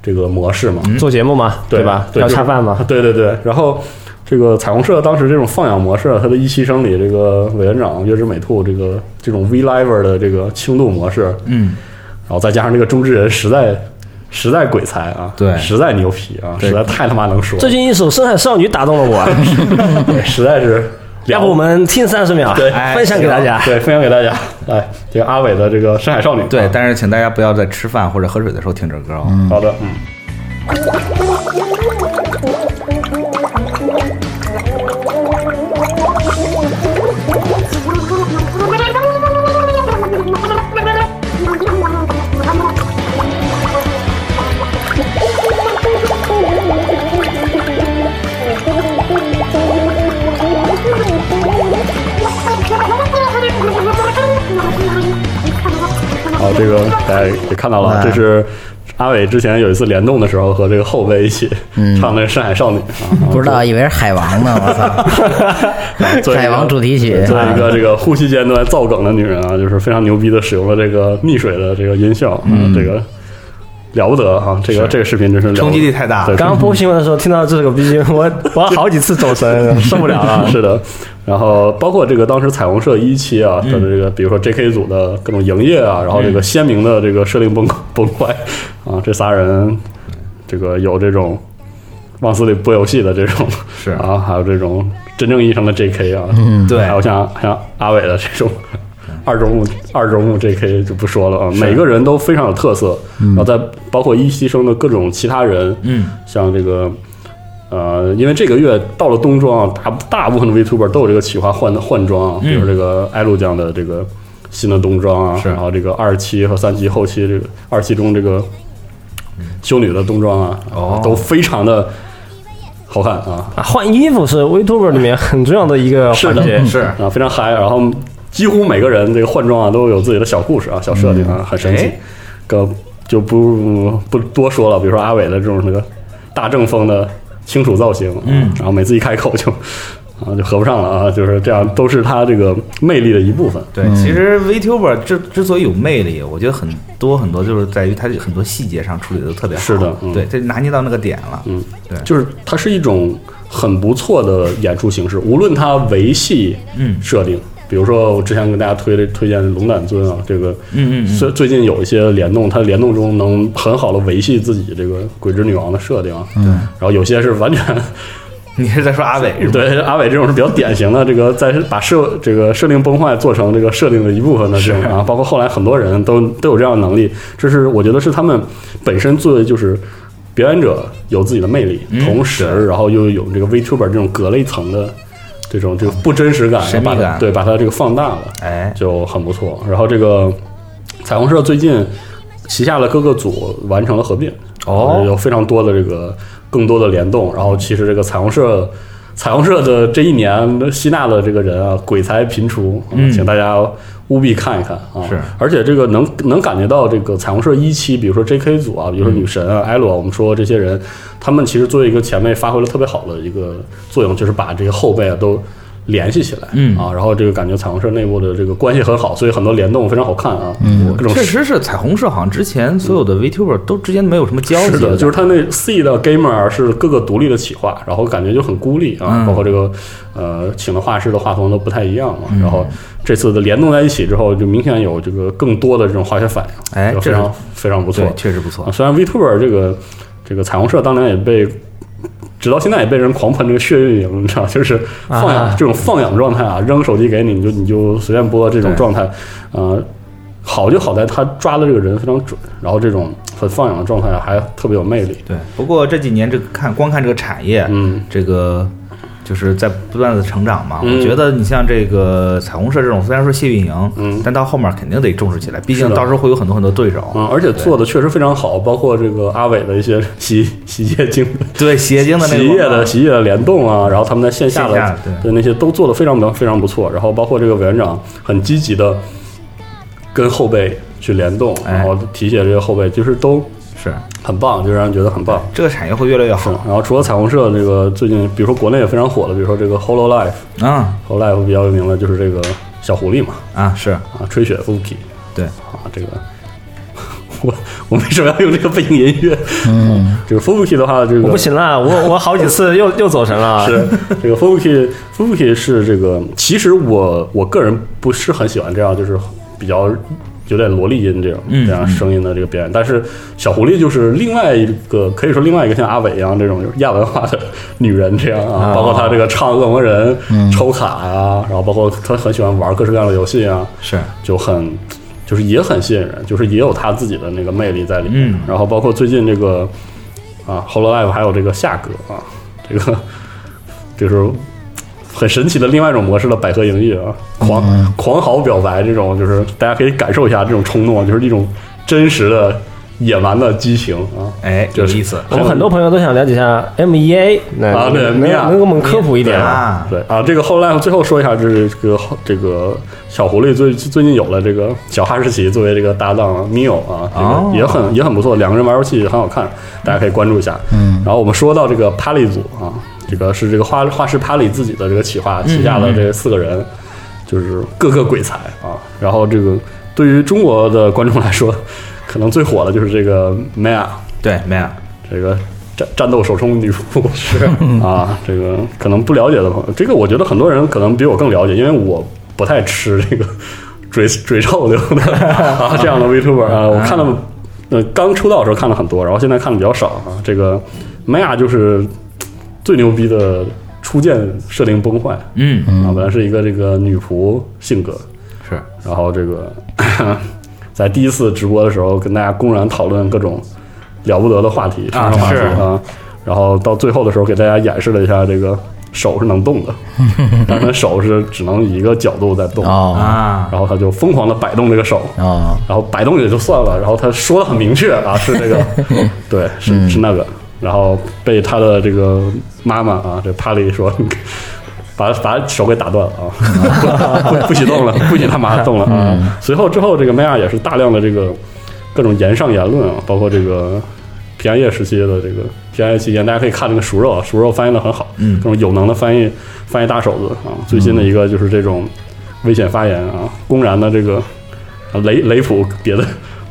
Speaker 3: 这个模式嘛，
Speaker 2: 做节目嘛，
Speaker 3: 对
Speaker 2: 吧？
Speaker 3: 对
Speaker 2: 要
Speaker 3: 就是
Speaker 2: 恰饭嘛，
Speaker 3: 对对对，然后这个彩虹社当时这种放养模式，它的一期生里这个委员长月之美兔这个这种 V Liver 的这个轻度模式，
Speaker 5: 嗯，
Speaker 3: 然后再加上这个中之人实在实在鬼才啊，
Speaker 5: 对
Speaker 3: 实在牛皮啊，
Speaker 5: 对
Speaker 3: 实在太他妈能说了，
Speaker 2: 最近一首《深海少女》打动了 我，
Speaker 3: 对实在是
Speaker 2: 要不我们听三十秒，
Speaker 3: 对
Speaker 2: 分享给大 家。
Speaker 3: 对分享给大家，来这个阿伟的这个深海少女，啊
Speaker 5: 对，，但是请大家不要在吃饭或者喝水的时候听这歌哦，
Speaker 3: 好的，嗯。
Speaker 6: 好
Speaker 3: 好，，这
Speaker 6: 这
Speaker 3: 个
Speaker 6: 个
Speaker 3: 大家也看到
Speaker 2: 哎
Speaker 3: 了，啊这是阿伟之前有一次联动的时候和这个后辈一起
Speaker 2: 嗯
Speaker 3: 唱那个《深海少女》啊，
Speaker 4: 不知道以为是海王呢，我 操！
Speaker 3: 做一个
Speaker 4: 海王主题曲，
Speaker 3: 做一个这个呼吸间都在造梗的女人啊，就是非常牛逼的使用了这个溺水的这个音效，嗯，这个了不得啊！这个这个视频真是了不得
Speaker 5: 冲击力太大
Speaker 3: 对
Speaker 5: 了，
Speaker 2: 刚刚播新闻的时候听到这首 BGM，我我好几次走 神，受不了了。
Speaker 3: 啊是的，然后包括这个当时彩虹社一期
Speaker 2: 嗯
Speaker 3: 啊，它的这个比如说 JK 组的各种营业啊，然后这个鲜明的这个设定崩 崩坏啊，这仨人这个有这种往死里播游戏的这 种
Speaker 5: 是
Speaker 3: 啊，还有这种真正意义上的 JK 啊，
Speaker 2: 嗯
Speaker 5: 对
Speaker 3: 还有像像阿伟的这种。 二周目，二周目 J.K. 就不说了啊，每个人都非常有特色，
Speaker 2: 嗯
Speaker 3: 然后再包括一期生的各种其他人，
Speaker 5: 嗯，
Speaker 3: 像这个呃，因为这个月到了冬装啊，大大部分的 VTuber 都有这个企划换换装啊，比如这个艾露酱的这个新的冬装啊，
Speaker 5: 嗯是
Speaker 3: 然后这个二期和三期后期这个二期中这个修女的冬装啊，
Speaker 5: 嗯哦
Speaker 3: 都非常的好看啊，
Speaker 2: 啊换衣服是 VTuber 里面很重要的一个
Speaker 3: 是
Speaker 2: 环节
Speaker 3: 的，，
Speaker 5: 是
Speaker 3: 啊，非常嗨。然后几乎每个人这个换装啊都有自己的小故事啊、小设定啊，很神奇
Speaker 5: 哎。
Speaker 3: 个就不不多说了，比如啊说阿伟的这种那个大正风的清楚造型，嗯，然后每次一开口就啊，就合不上了啊，就是这样，都是他这个魅力的一部分。
Speaker 5: 对，其实 VTuber 之之所以有魅力，我觉得很多很多就是在于它很多细节上处理的特别好。
Speaker 3: 是的嗯
Speaker 5: 对，这拿捏到那个点了。嗯，对，
Speaker 3: 就是它是一种很不错的演出形式，无论它维系
Speaker 5: 嗯
Speaker 3: 设定，比如说我之前跟大家推的推荐的龙胆尊啊，这个
Speaker 5: 嗯嗯嗯
Speaker 3: 最最近有一些联动，它联动中能很好的维系自己这个鬼之女王的设定，嗯，然后有些是完全
Speaker 5: 你是在说阿伟是吧？
Speaker 3: 对阿伟这种是比较典型的这个在把设这个设定崩坏做成这个设定的一部分的这种啊，包括后来很多人都都有这样的能力，这是我觉得是他们本身作为就是。表演者有自己的魅力，
Speaker 5: 嗯
Speaker 3: 同时，然后又有这个 VTuber 这种隔了一层的这种这个不真实感，
Speaker 5: 神秘
Speaker 3: 把它
Speaker 5: 感
Speaker 3: 对，把它这个放大了，
Speaker 5: 哎
Speaker 3: 就很不错。然后这个彩虹社最近旗下的各个组完成了合并，呃
Speaker 5: 哦
Speaker 3: 有非常多的这个更多的联动。然后其实这个彩虹社。彩虹社的这一年吸纳的这个人啊，鬼才频出，嗯请大家务必看一看啊！
Speaker 5: 是
Speaker 3: 而且这个能能感觉到这个彩虹社一期，比如说 J.K. 组啊，比如说女神啊、艾罗啊，我们说这些人，他们其实作为一个前辈发挥了特别好的一个作用，就是把这些后辈啊都联系起来，嗯啊，然后这个感觉彩虹社内部的这个关系很好，所以很多联动非常好看啊，嗯，各种
Speaker 5: 确实是彩虹社好像之前所有的 VTuber 都之间没有什么交集
Speaker 3: 是的，就是是他那 C 的 Gamer 是各个独立的企划，然后感觉就很孤立
Speaker 5: 嗯
Speaker 3: 啊，包括这个呃请的画师的画风都不太一样
Speaker 5: 嗯
Speaker 3: 嘛，然后这次的联动在一起之后，就明显有这个更多的这种化学反应，
Speaker 5: 哎
Speaker 3: 就
Speaker 5: 这
Speaker 3: 非
Speaker 5: 是
Speaker 3: 常非常不错
Speaker 5: 对，，确实不错
Speaker 3: 啊，。虽然 VTuber 这个这个彩虹社当年也被，直到现在也被人狂喷这个血运营，你知道，就是
Speaker 5: 啊
Speaker 3: 放养、这种放养状态啊，扔手机给你，你就你就随便播这种
Speaker 5: 对
Speaker 3: 状态，呃，好就好在他抓的这个人非常准，然后这种很放养的状态啊还特别有魅力。
Speaker 5: 对，不过这几年这个看光看这个产业，
Speaker 3: 嗯，
Speaker 5: 这个就是在不断的成长嘛。
Speaker 3: 嗯
Speaker 5: 我觉得你像这个彩虹社这种，虽然说谢运营，
Speaker 3: 嗯
Speaker 5: 但到后面肯定得重视起来，毕
Speaker 3: 是
Speaker 5: 竟
Speaker 3: 的
Speaker 5: 到时候会有很多很多对手。
Speaker 3: 嗯，而且做的确实非常好，包括这个阿伟的一些洗 洗洁精
Speaker 5: 对，洗洁精的那个
Speaker 3: 洗衣液
Speaker 5: 广告
Speaker 3: 的洗衣液的联动啊，然后他们在线下的
Speaker 5: 线下对
Speaker 3: 对那些都做的非常非常不错，然后包括这个委员长很积极的跟后辈去联动，
Speaker 5: 哎
Speaker 3: 然后提携这些后辈，就是都
Speaker 5: 是
Speaker 3: 很棒，就让人觉得很棒。
Speaker 5: 这个产业会越来越
Speaker 3: 是
Speaker 5: 好，
Speaker 3: 然后除了彩虹社，这个最近比如说国内也非常火的，比如说这个 Holo Life，
Speaker 5: 啊
Speaker 3: Holo Life 比较有名的就是这个小狐狸嘛，
Speaker 5: 啊是
Speaker 3: 啊，吹雪 Fuki
Speaker 5: 对，
Speaker 3: 啊，这个 我我为什么要用这个背景音乐？嗯，这个 Fuki 的话，这个
Speaker 2: 我不行了，我我好几次又 又走神了。
Speaker 3: 是这个 Fubuki Fubuki 是这个，其实我我个人不是很喜欢这样，就是比较有点萝莉音这种这样声音的这个表演。但是小狐狸就是另外一个，可以说另外一个像阿伟一样这种就是亚文化的女人这样啊，包括她这个唱恶魔人、抽卡啊，然后包括她很喜欢玩各式各样的游戏啊，
Speaker 5: 是
Speaker 3: 就很就是也很吸引人，就是也有他自己的那个魅力在里面。
Speaker 5: 嗯
Speaker 3: 然后包括最近这个啊，Hololive 还有这个夏哥啊，这个这是很神奇的另外一种模式的百合营业啊，狂、狂嚎表白这种，就是大家可以感受一下这种冲动啊，就是一种真实的野蛮的激情啊。
Speaker 5: 哎有
Speaker 3: 就是
Speaker 5: 意思
Speaker 2: 我们很多朋友都想了解一下 MEA，那
Speaker 3: 啊对
Speaker 2: 能能
Speaker 3: MEA
Speaker 2: 能给我们科普一点吗？
Speaker 5: 啊
Speaker 3: 对啊，这个后来最后说一下，就是这个这个小狐狸最最近有了这个小哈士奇作为这个搭档 Mio 啊，这
Speaker 5: 哦
Speaker 3: 个也很也很不错，两个人玩游戏很好看，大家可以关注一下。嗯，然后我们说到这个帕里组啊，这个是这个画画师帕里自己的这个企划旗下的这四个人，就是各个鬼才啊。然后这个对于中国的观众来说，可能最火的就是这个 Mia
Speaker 5: 对没有
Speaker 3: 这个战战斗首充女仆是啊，这个可能不了解的朋友，这个我觉得很多人可能比我更了解，因为我不太吃这个嘴嘴臭流的啊这样的 Vtuber 啊，我看了，呃，刚出道的时候看了很多，然后现在看的比较少啊。这个 Maya 就是最牛逼的初见设定崩坏，
Speaker 5: 嗯
Speaker 3: 啊，本来是一个这个女仆性格，
Speaker 5: 是
Speaker 3: 然后这个 在第一次直播的时候跟大家公然讨论各种了不得的话题
Speaker 5: 啊
Speaker 3: 时尚话题
Speaker 5: 是
Speaker 3: 啊，然后到最后的时候给大家演示了一下这个手是能动 的，但是手是只能以一个角度在动，
Speaker 4: 哦
Speaker 5: 啊
Speaker 3: 然后他就疯狂的摆动这个手。
Speaker 4: 哦，
Speaker 3: 然后摆动也就算了，然后他说的很明确啊，是这个，对，是是那个，然后被他的这个妈妈啊，这帕里说， 把把手给打断了啊， 不不不许动了，不许他妈动了啊。随后之后，这个梅亚也是大量的这个各种言上言论啊，包括这个平安夜时期的这个平安夜期间，大家可以看那个熟肉啊，熟肉翻译的很好，
Speaker 5: 嗯
Speaker 3: 各种有能的翻译翻译大手子啊。最新的一个就是这种危险发言啊，公然的这个啊雷雷普别的。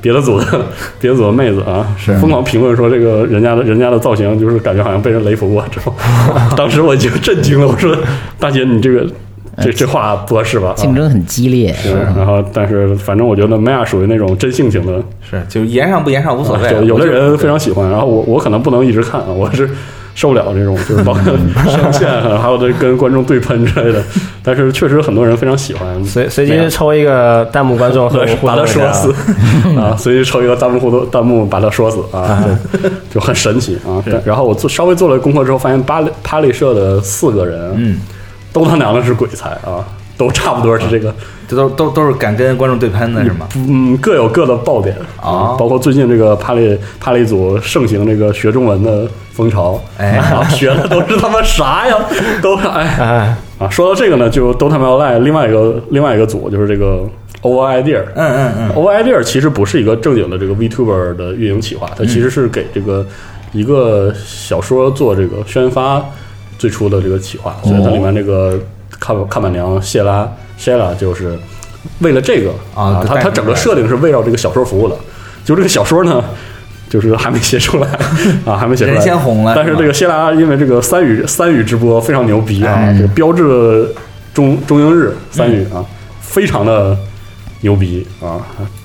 Speaker 3: 别的组的 别的组的妹子啊，
Speaker 5: 是
Speaker 3: 疯狂评论说这个人家的人家的造型就是感觉好像被人雷服过之后， 当时我就震惊了，我说大姐你这个这这话不合适吧？啊
Speaker 4: 竞争很激烈，
Speaker 3: 是，然后但是反正我觉得 Maya 属于那种真性情的，
Speaker 5: 是就是言上不言上无所谓
Speaker 3: 对，
Speaker 5: 了，
Speaker 3: 啊有的
Speaker 5: 我就
Speaker 3: 人非常喜欢，然后我我可能不能一直看，啊我是受不了这种就是包括
Speaker 2: 嗯
Speaker 3: 上线，啊 还有这跟观众对喷之类的，但是确实很多人非常喜欢，
Speaker 2: 随随机抽一个弹幕观众和我们互
Speaker 3: 把
Speaker 2: 动
Speaker 3: 他
Speaker 2: 一下
Speaker 3: 说死 啊！随机抽一个弹幕互动，弹幕把他说死啊，对就很神奇啊。但然后我做稍微做了功课之后，发现巴黎巴黎社的四个人，
Speaker 5: 嗯，
Speaker 3: 都他娘的是鬼才啊，都差不多是这个，
Speaker 5: 这都都都是敢跟观众对喷的是吗？
Speaker 3: 嗯，各有各的爆点
Speaker 5: 啊
Speaker 3: 包括最近这个帕利帕利组盛行这个学中文的风潮，
Speaker 5: 哎
Speaker 3: 啊，学的都是他妈啥呀？都是哎
Speaker 2: 哎，
Speaker 3: 啊，说到这个呢，就都他妈要赖另外一个另外一个组，就是这个 Over Idea。
Speaker 5: 嗯嗯嗯，
Speaker 3: Over Idea 其实不是一个正经的这个 VTuber 的运营企划，
Speaker 5: 嗯
Speaker 3: 它其实是给这个一个小说做这个宣发最初的这个企划，
Speaker 5: 哦
Speaker 3: 所以它里面这个看看板娘谢拉谢拉就是为了这个
Speaker 5: 啊
Speaker 3: 它
Speaker 5: 带
Speaker 3: 它
Speaker 5: 出
Speaker 3: 整个
Speaker 5: 来
Speaker 3: 设定是围绕这个小说服务的，就这个小说呢。就是还没写出来啊，还没写出来，
Speaker 5: 人先红了
Speaker 3: 但是
Speaker 5: 是吧
Speaker 3: 这个谢拉因为这个三语三语直播非常牛逼啊，
Speaker 5: 哎
Speaker 3: 这个标志中中英日三语
Speaker 5: 嗯
Speaker 3: 啊，非常的牛逼啊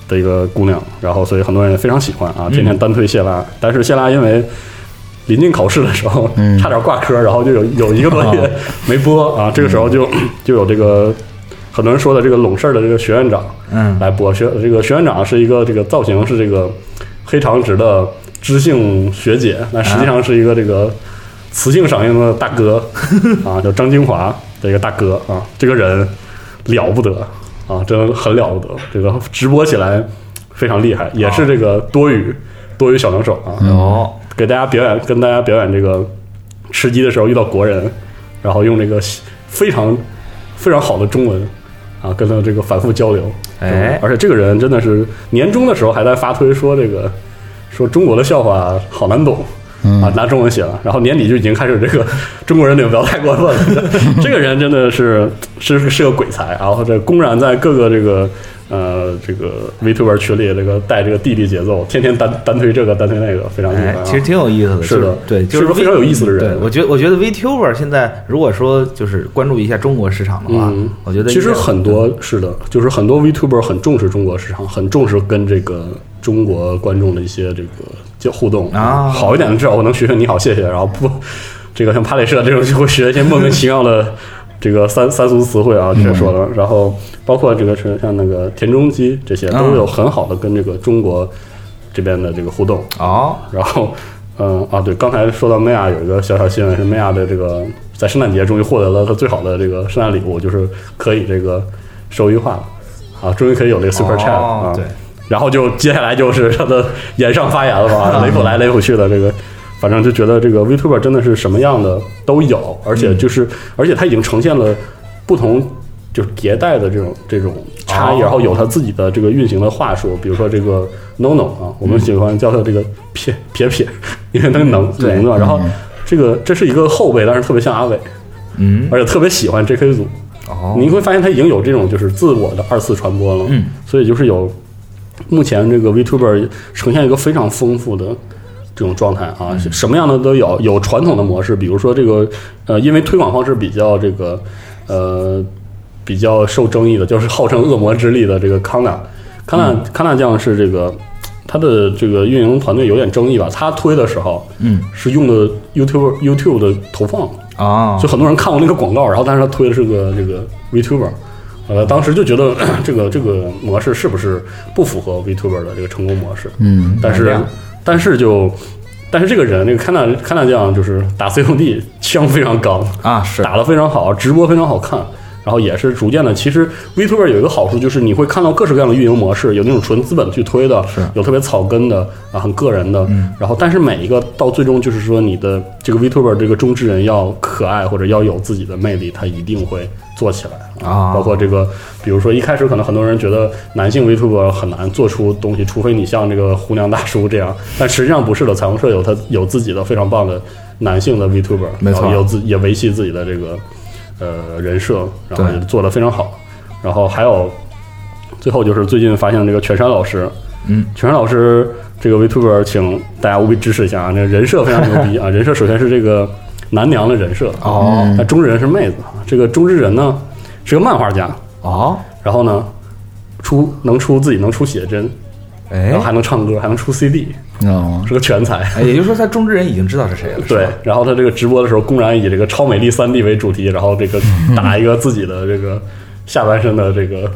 Speaker 3: 的一个姑娘，然后所以很多人也非常喜欢啊，天天
Speaker 5: 嗯
Speaker 3: 单推谢拉，但是谢拉因为临近考试的时候，
Speaker 5: 嗯
Speaker 3: 差点挂科，然后就有有一个作
Speaker 5: 哦
Speaker 3: 业没播啊，这个时候就
Speaker 5: 嗯
Speaker 3: 就有这个很多人说的这个拢事儿的这个学院长，
Speaker 5: 嗯
Speaker 3: 来播学呃这个学院长是一个这个造型是这个黑长直的知性学姐，那实际上是一个这个雌性嗓音的大 哥啊，叫张金华的一个大哥啊，这个人了不得啊，真的很了不得，这个直播起来非常厉害，也是这个多语、多语小能手啊，
Speaker 5: 哦，
Speaker 3: 给大家表演，跟大家表演这个吃鸡的时候遇到国人，然后用这个非常非常好的中文啊，跟他这个反复交流。嗯
Speaker 5: 哎
Speaker 3: 而且这个人真的是年终的时候还在发推说这个说中国的笑话好难懂。啊，拿中文写了，然后年底就已经开始这个中国人你们不要太过分了。 这个人真的是是是个鬼才，然后这公然在各个这个呃这个 VTuber 群里这个带这个弟弟节奏，天天单单推这个单推那个，非常厉害
Speaker 5: 哎
Speaker 3: 啊。，
Speaker 5: 其实挺有意思的，
Speaker 3: 是的
Speaker 5: 就对，就是
Speaker 3: 个非常有意思的人
Speaker 5: 对，我觉得我觉得 VTuber 现在如果说就是关注一下中国市场的话
Speaker 3: 嗯，
Speaker 5: 我觉得
Speaker 3: 其实
Speaker 5: 也
Speaker 3: 很多是的，就是很多 VTuber 很重视中国市场，很重视跟这个中国观众的一些这个就互动
Speaker 5: 啊
Speaker 3: 好一点的至少我能学学你好谢谢，然后不这个像帕累社这种就会学一些莫名其妙的这个 三三俗词汇啊，就说
Speaker 5: 嗯
Speaker 3: 了，然后包括这个是像那个田中基这
Speaker 5: 啊
Speaker 3: 些都有很好的跟这个中国这边的这个互动，
Speaker 5: 哦，
Speaker 3: 然后，嗯啊，对，刚才说到梅亚有一个小小新闻是梅亚的这个在圣诞节终于获得了她最好的这个圣诞礼物，就是可以这个手语化了啊，终于可以有这个 Super Chat
Speaker 5: 哦
Speaker 3: 啊，
Speaker 5: 对，
Speaker 3: 然后就接下来就是他的言上发言了吧，雷普来雷普去的这个。反正就觉得这个 Vtuber 真的是什么样的都有，
Speaker 5: 嗯
Speaker 3: 而且就是，而且它已经呈现了不同就是迭代的这种这种差异，
Speaker 5: 哦
Speaker 3: 然后有它自己的这个运行的话术，比如说这个 no no 啊，我
Speaker 5: 嗯
Speaker 3: 们喜欢叫它这个撇撇撇，因为它能
Speaker 5: 对
Speaker 3: 能啊的。然后这个这是一个后辈，但是特别像阿伟，
Speaker 5: 嗯，
Speaker 3: 而且特别喜欢 JK 组，
Speaker 5: 哦，
Speaker 3: 你会发现它已经有这种就是自我的二次传播了，
Speaker 5: 嗯，
Speaker 3: 所以就是有目前这个 VTuber 呈现一个非常丰富的这种状态啊，什么样的都有，有传统的模式，比如说这个呃，因为推广方式比较这个呃比较受争议的，就是号称恶魔之力的这个康纳，康纳康纳酱是这个。他的这个运营团队有点争议吧？他推的时候，
Speaker 5: 嗯，
Speaker 3: 是用的 YouTube YouTube 的投放，
Speaker 5: 哦
Speaker 3: 就，很多人看过那个广告，然后但是他推的是个这个 VTuber，呃，当时就觉得 这个这个模式是不是不符合 VTuber 的这个成功模式？
Speaker 4: 嗯，
Speaker 3: 但
Speaker 5: 改
Speaker 3: 是
Speaker 5: 良
Speaker 3: 但是就但是这个人那个看纳看纳酱就是打 COD 枪非常高
Speaker 5: 啊是
Speaker 3: 打得非常好，直播非常好看，然然后也是逐渐的，其实 VTuber 有一个好处就是你会看到各式各样的运营模式，有那种纯资本去推的，有特别草根的啊，很个人的，
Speaker 5: 嗯
Speaker 3: 然后但是每一个到最终就是说你的这个 VTuber 这个中之人要可爱或者要有自己的魅力，他一定会做起来
Speaker 5: 啊
Speaker 3: 包括这个，比如说一开始可能很多人觉得男性 VTuber 很难做出东西，除非你像这个胡娘大叔这样， 但实际上不是的，彩虹社有他有自己的非常棒的男性的 VTuber，
Speaker 5: 没错
Speaker 3: 然后也有自也维系自己的这个呃人设，然后
Speaker 5: 对
Speaker 3: 也做得非常好。然后还有最后就是最近发现这个全山老师，
Speaker 5: 嗯，
Speaker 3: 全山老师这个 VTuber，请大家务必支持一下啊！那人设非常牛 逼啊！人设首先是这个男娘的人设
Speaker 5: 哦，
Speaker 3: 那中之人是妹子啊。这个中之人呢是个漫画家，
Speaker 5: 哦，
Speaker 3: 然后呢出能出自己能出写真，
Speaker 5: 哎
Speaker 3: 然后还能唱歌，还能出 CD，
Speaker 4: 哦，
Speaker 3: 是个全才。
Speaker 5: 哎也就是说，他中之人已经知道是谁了，是
Speaker 3: 对
Speaker 5: 吧，
Speaker 3: 然后他这个直播的时候，公然以这个超美丽三 D 为主题，然后这个打一个自己的这个下半身的这个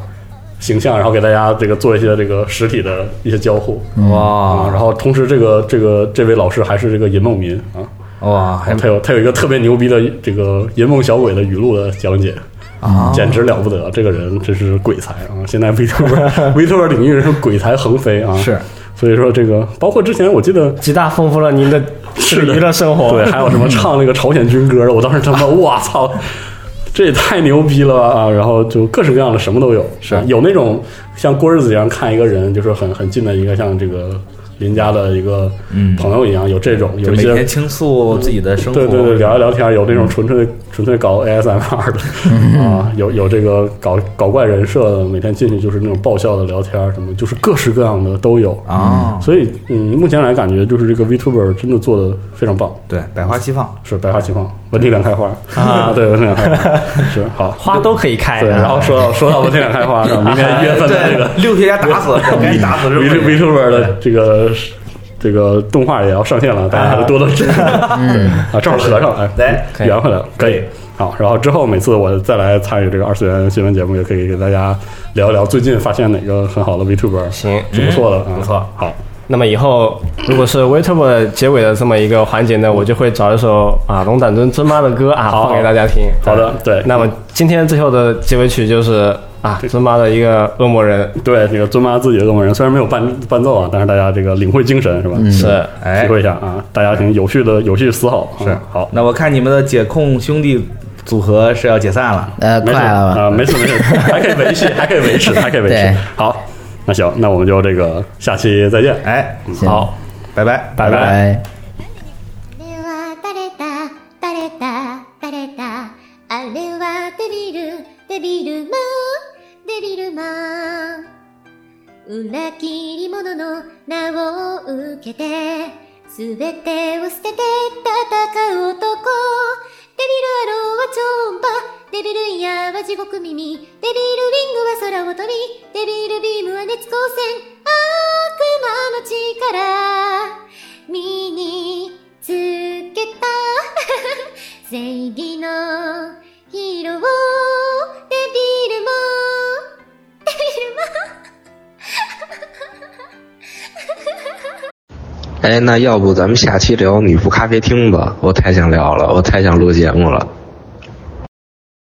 Speaker 3: 形象，然后给大家这个做一些这个实体的一些交互
Speaker 5: 嗯
Speaker 3: 啊。
Speaker 5: 哇
Speaker 3: 然后同时，这个这个这位老师还是这个尹梦民啊，
Speaker 5: 哇，还
Speaker 3: 然后他有他有一个特别牛逼的这个银梦小鬼的语录的讲解。啊，简直了不得！这个人真是鬼才啊！现在 VTuber VTuber 领域是鬼才横飞啊，
Speaker 5: 是，
Speaker 3: 所以说这个包括之前我记得
Speaker 2: 极大丰富了您的这个
Speaker 3: 的
Speaker 2: 娱乐生活。
Speaker 3: 对，还有什么唱那个朝鲜军歌的，我当时他妈，我操，这也太牛逼了吧！啊，然后就各式各样的什么都有，
Speaker 5: 是
Speaker 3: 啊有那种像过日子一样看一个人，就是很很近的一个像这个邻家的一个朋友一样，有这种，
Speaker 5: 就
Speaker 3: 有一
Speaker 5: 每
Speaker 3: 些
Speaker 5: 天倾诉自己的生活，嗯
Speaker 3: 对对对，聊一聊天儿，有那种纯粹纯粹搞 ASMR 的啊，有有这个搞搞怪人设的，每天进去就是那种爆笑的聊天儿，什么就是各式各样的都有。
Speaker 5: 啊，
Speaker 3: 所以，嗯，目前来感觉就是这个 VTuber 真的做的非常棒，
Speaker 5: 对，百花齐放，
Speaker 3: 是百花齐放，文体两开花啊， 对，文体两开花是好
Speaker 2: 花都可以开，
Speaker 3: 对，然后说到说到文体两开花，是吧明年 一月份的这个
Speaker 5: 哎六天家打死，该 打死
Speaker 3: V VTuber 的这个这个动画也要上线了，大家还是多多支 持。嗯啊，正好合上了，哎，
Speaker 5: 对
Speaker 3: 圆回啊来了，可以。好，然后之后每次我再来参与这个二次元新闻节目，也可以给大家聊一聊最近发现哪个很好的 VTuber，
Speaker 2: 行
Speaker 3: 挺不错的，嗯不错。好，
Speaker 2: 那么以后如果是 Waitable 结尾的这么一个环节呢，我就会找一首啊龙胆尊尊妈的歌啊
Speaker 3: 好
Speaker 2: 放给大家听。
Speaker 3: 好的对
Speaker 2: 那么今天最后的结尾曲就是啊尊妈的一个恶魔人，
Speaker 3: 对这个尊妈自己的恶魔人，虽然没有伴伴奏啊，但是大家这个领会精神是吧？
Speaker 2: 是
Speaker 5: 哎
Speaker 3: 体会一下啊，大家请有序的有序思考。是好，
Speaker 5: 那我看你们的解控兄弟组合是要解散了，
Speaker 4: 呃，
Speaker 3: 没
Speaker 4: 快
Speaker 3: 事
Speaker 4: 了吧？
Speaker 3: 啊，没事没事， 还可以维系，还可以维持，还可以维持
Speaker 4: 对。
Speaker 3: 好，那行，那我们就这个下期再见，嗯
Speaker 5: 哎，
Speaker 4: 行
Speaker 2: 好，
Speaker 5: 拜拜。
Speaker 3: 拜
Speaker 4: 拜
Speaker 3: 拜。
Speaker 4: 拜。
Speaker 6: あれは誰だ誰だ誰だあれはデビルデビルマンデビルマン裏切り者の名を受けてすべてを捨てて戦う男デビルアローは超音波デビルイヤーは地獄耳デビルウィングは空を飛びデビルビームは熱光線悪魔の力身につけた 正義のヒーローデビルマンデビルマン
Speaker 7: 哎，那要不咱们下期聊女仆咖啡厅吧？我太想聊了，我太想录节目了。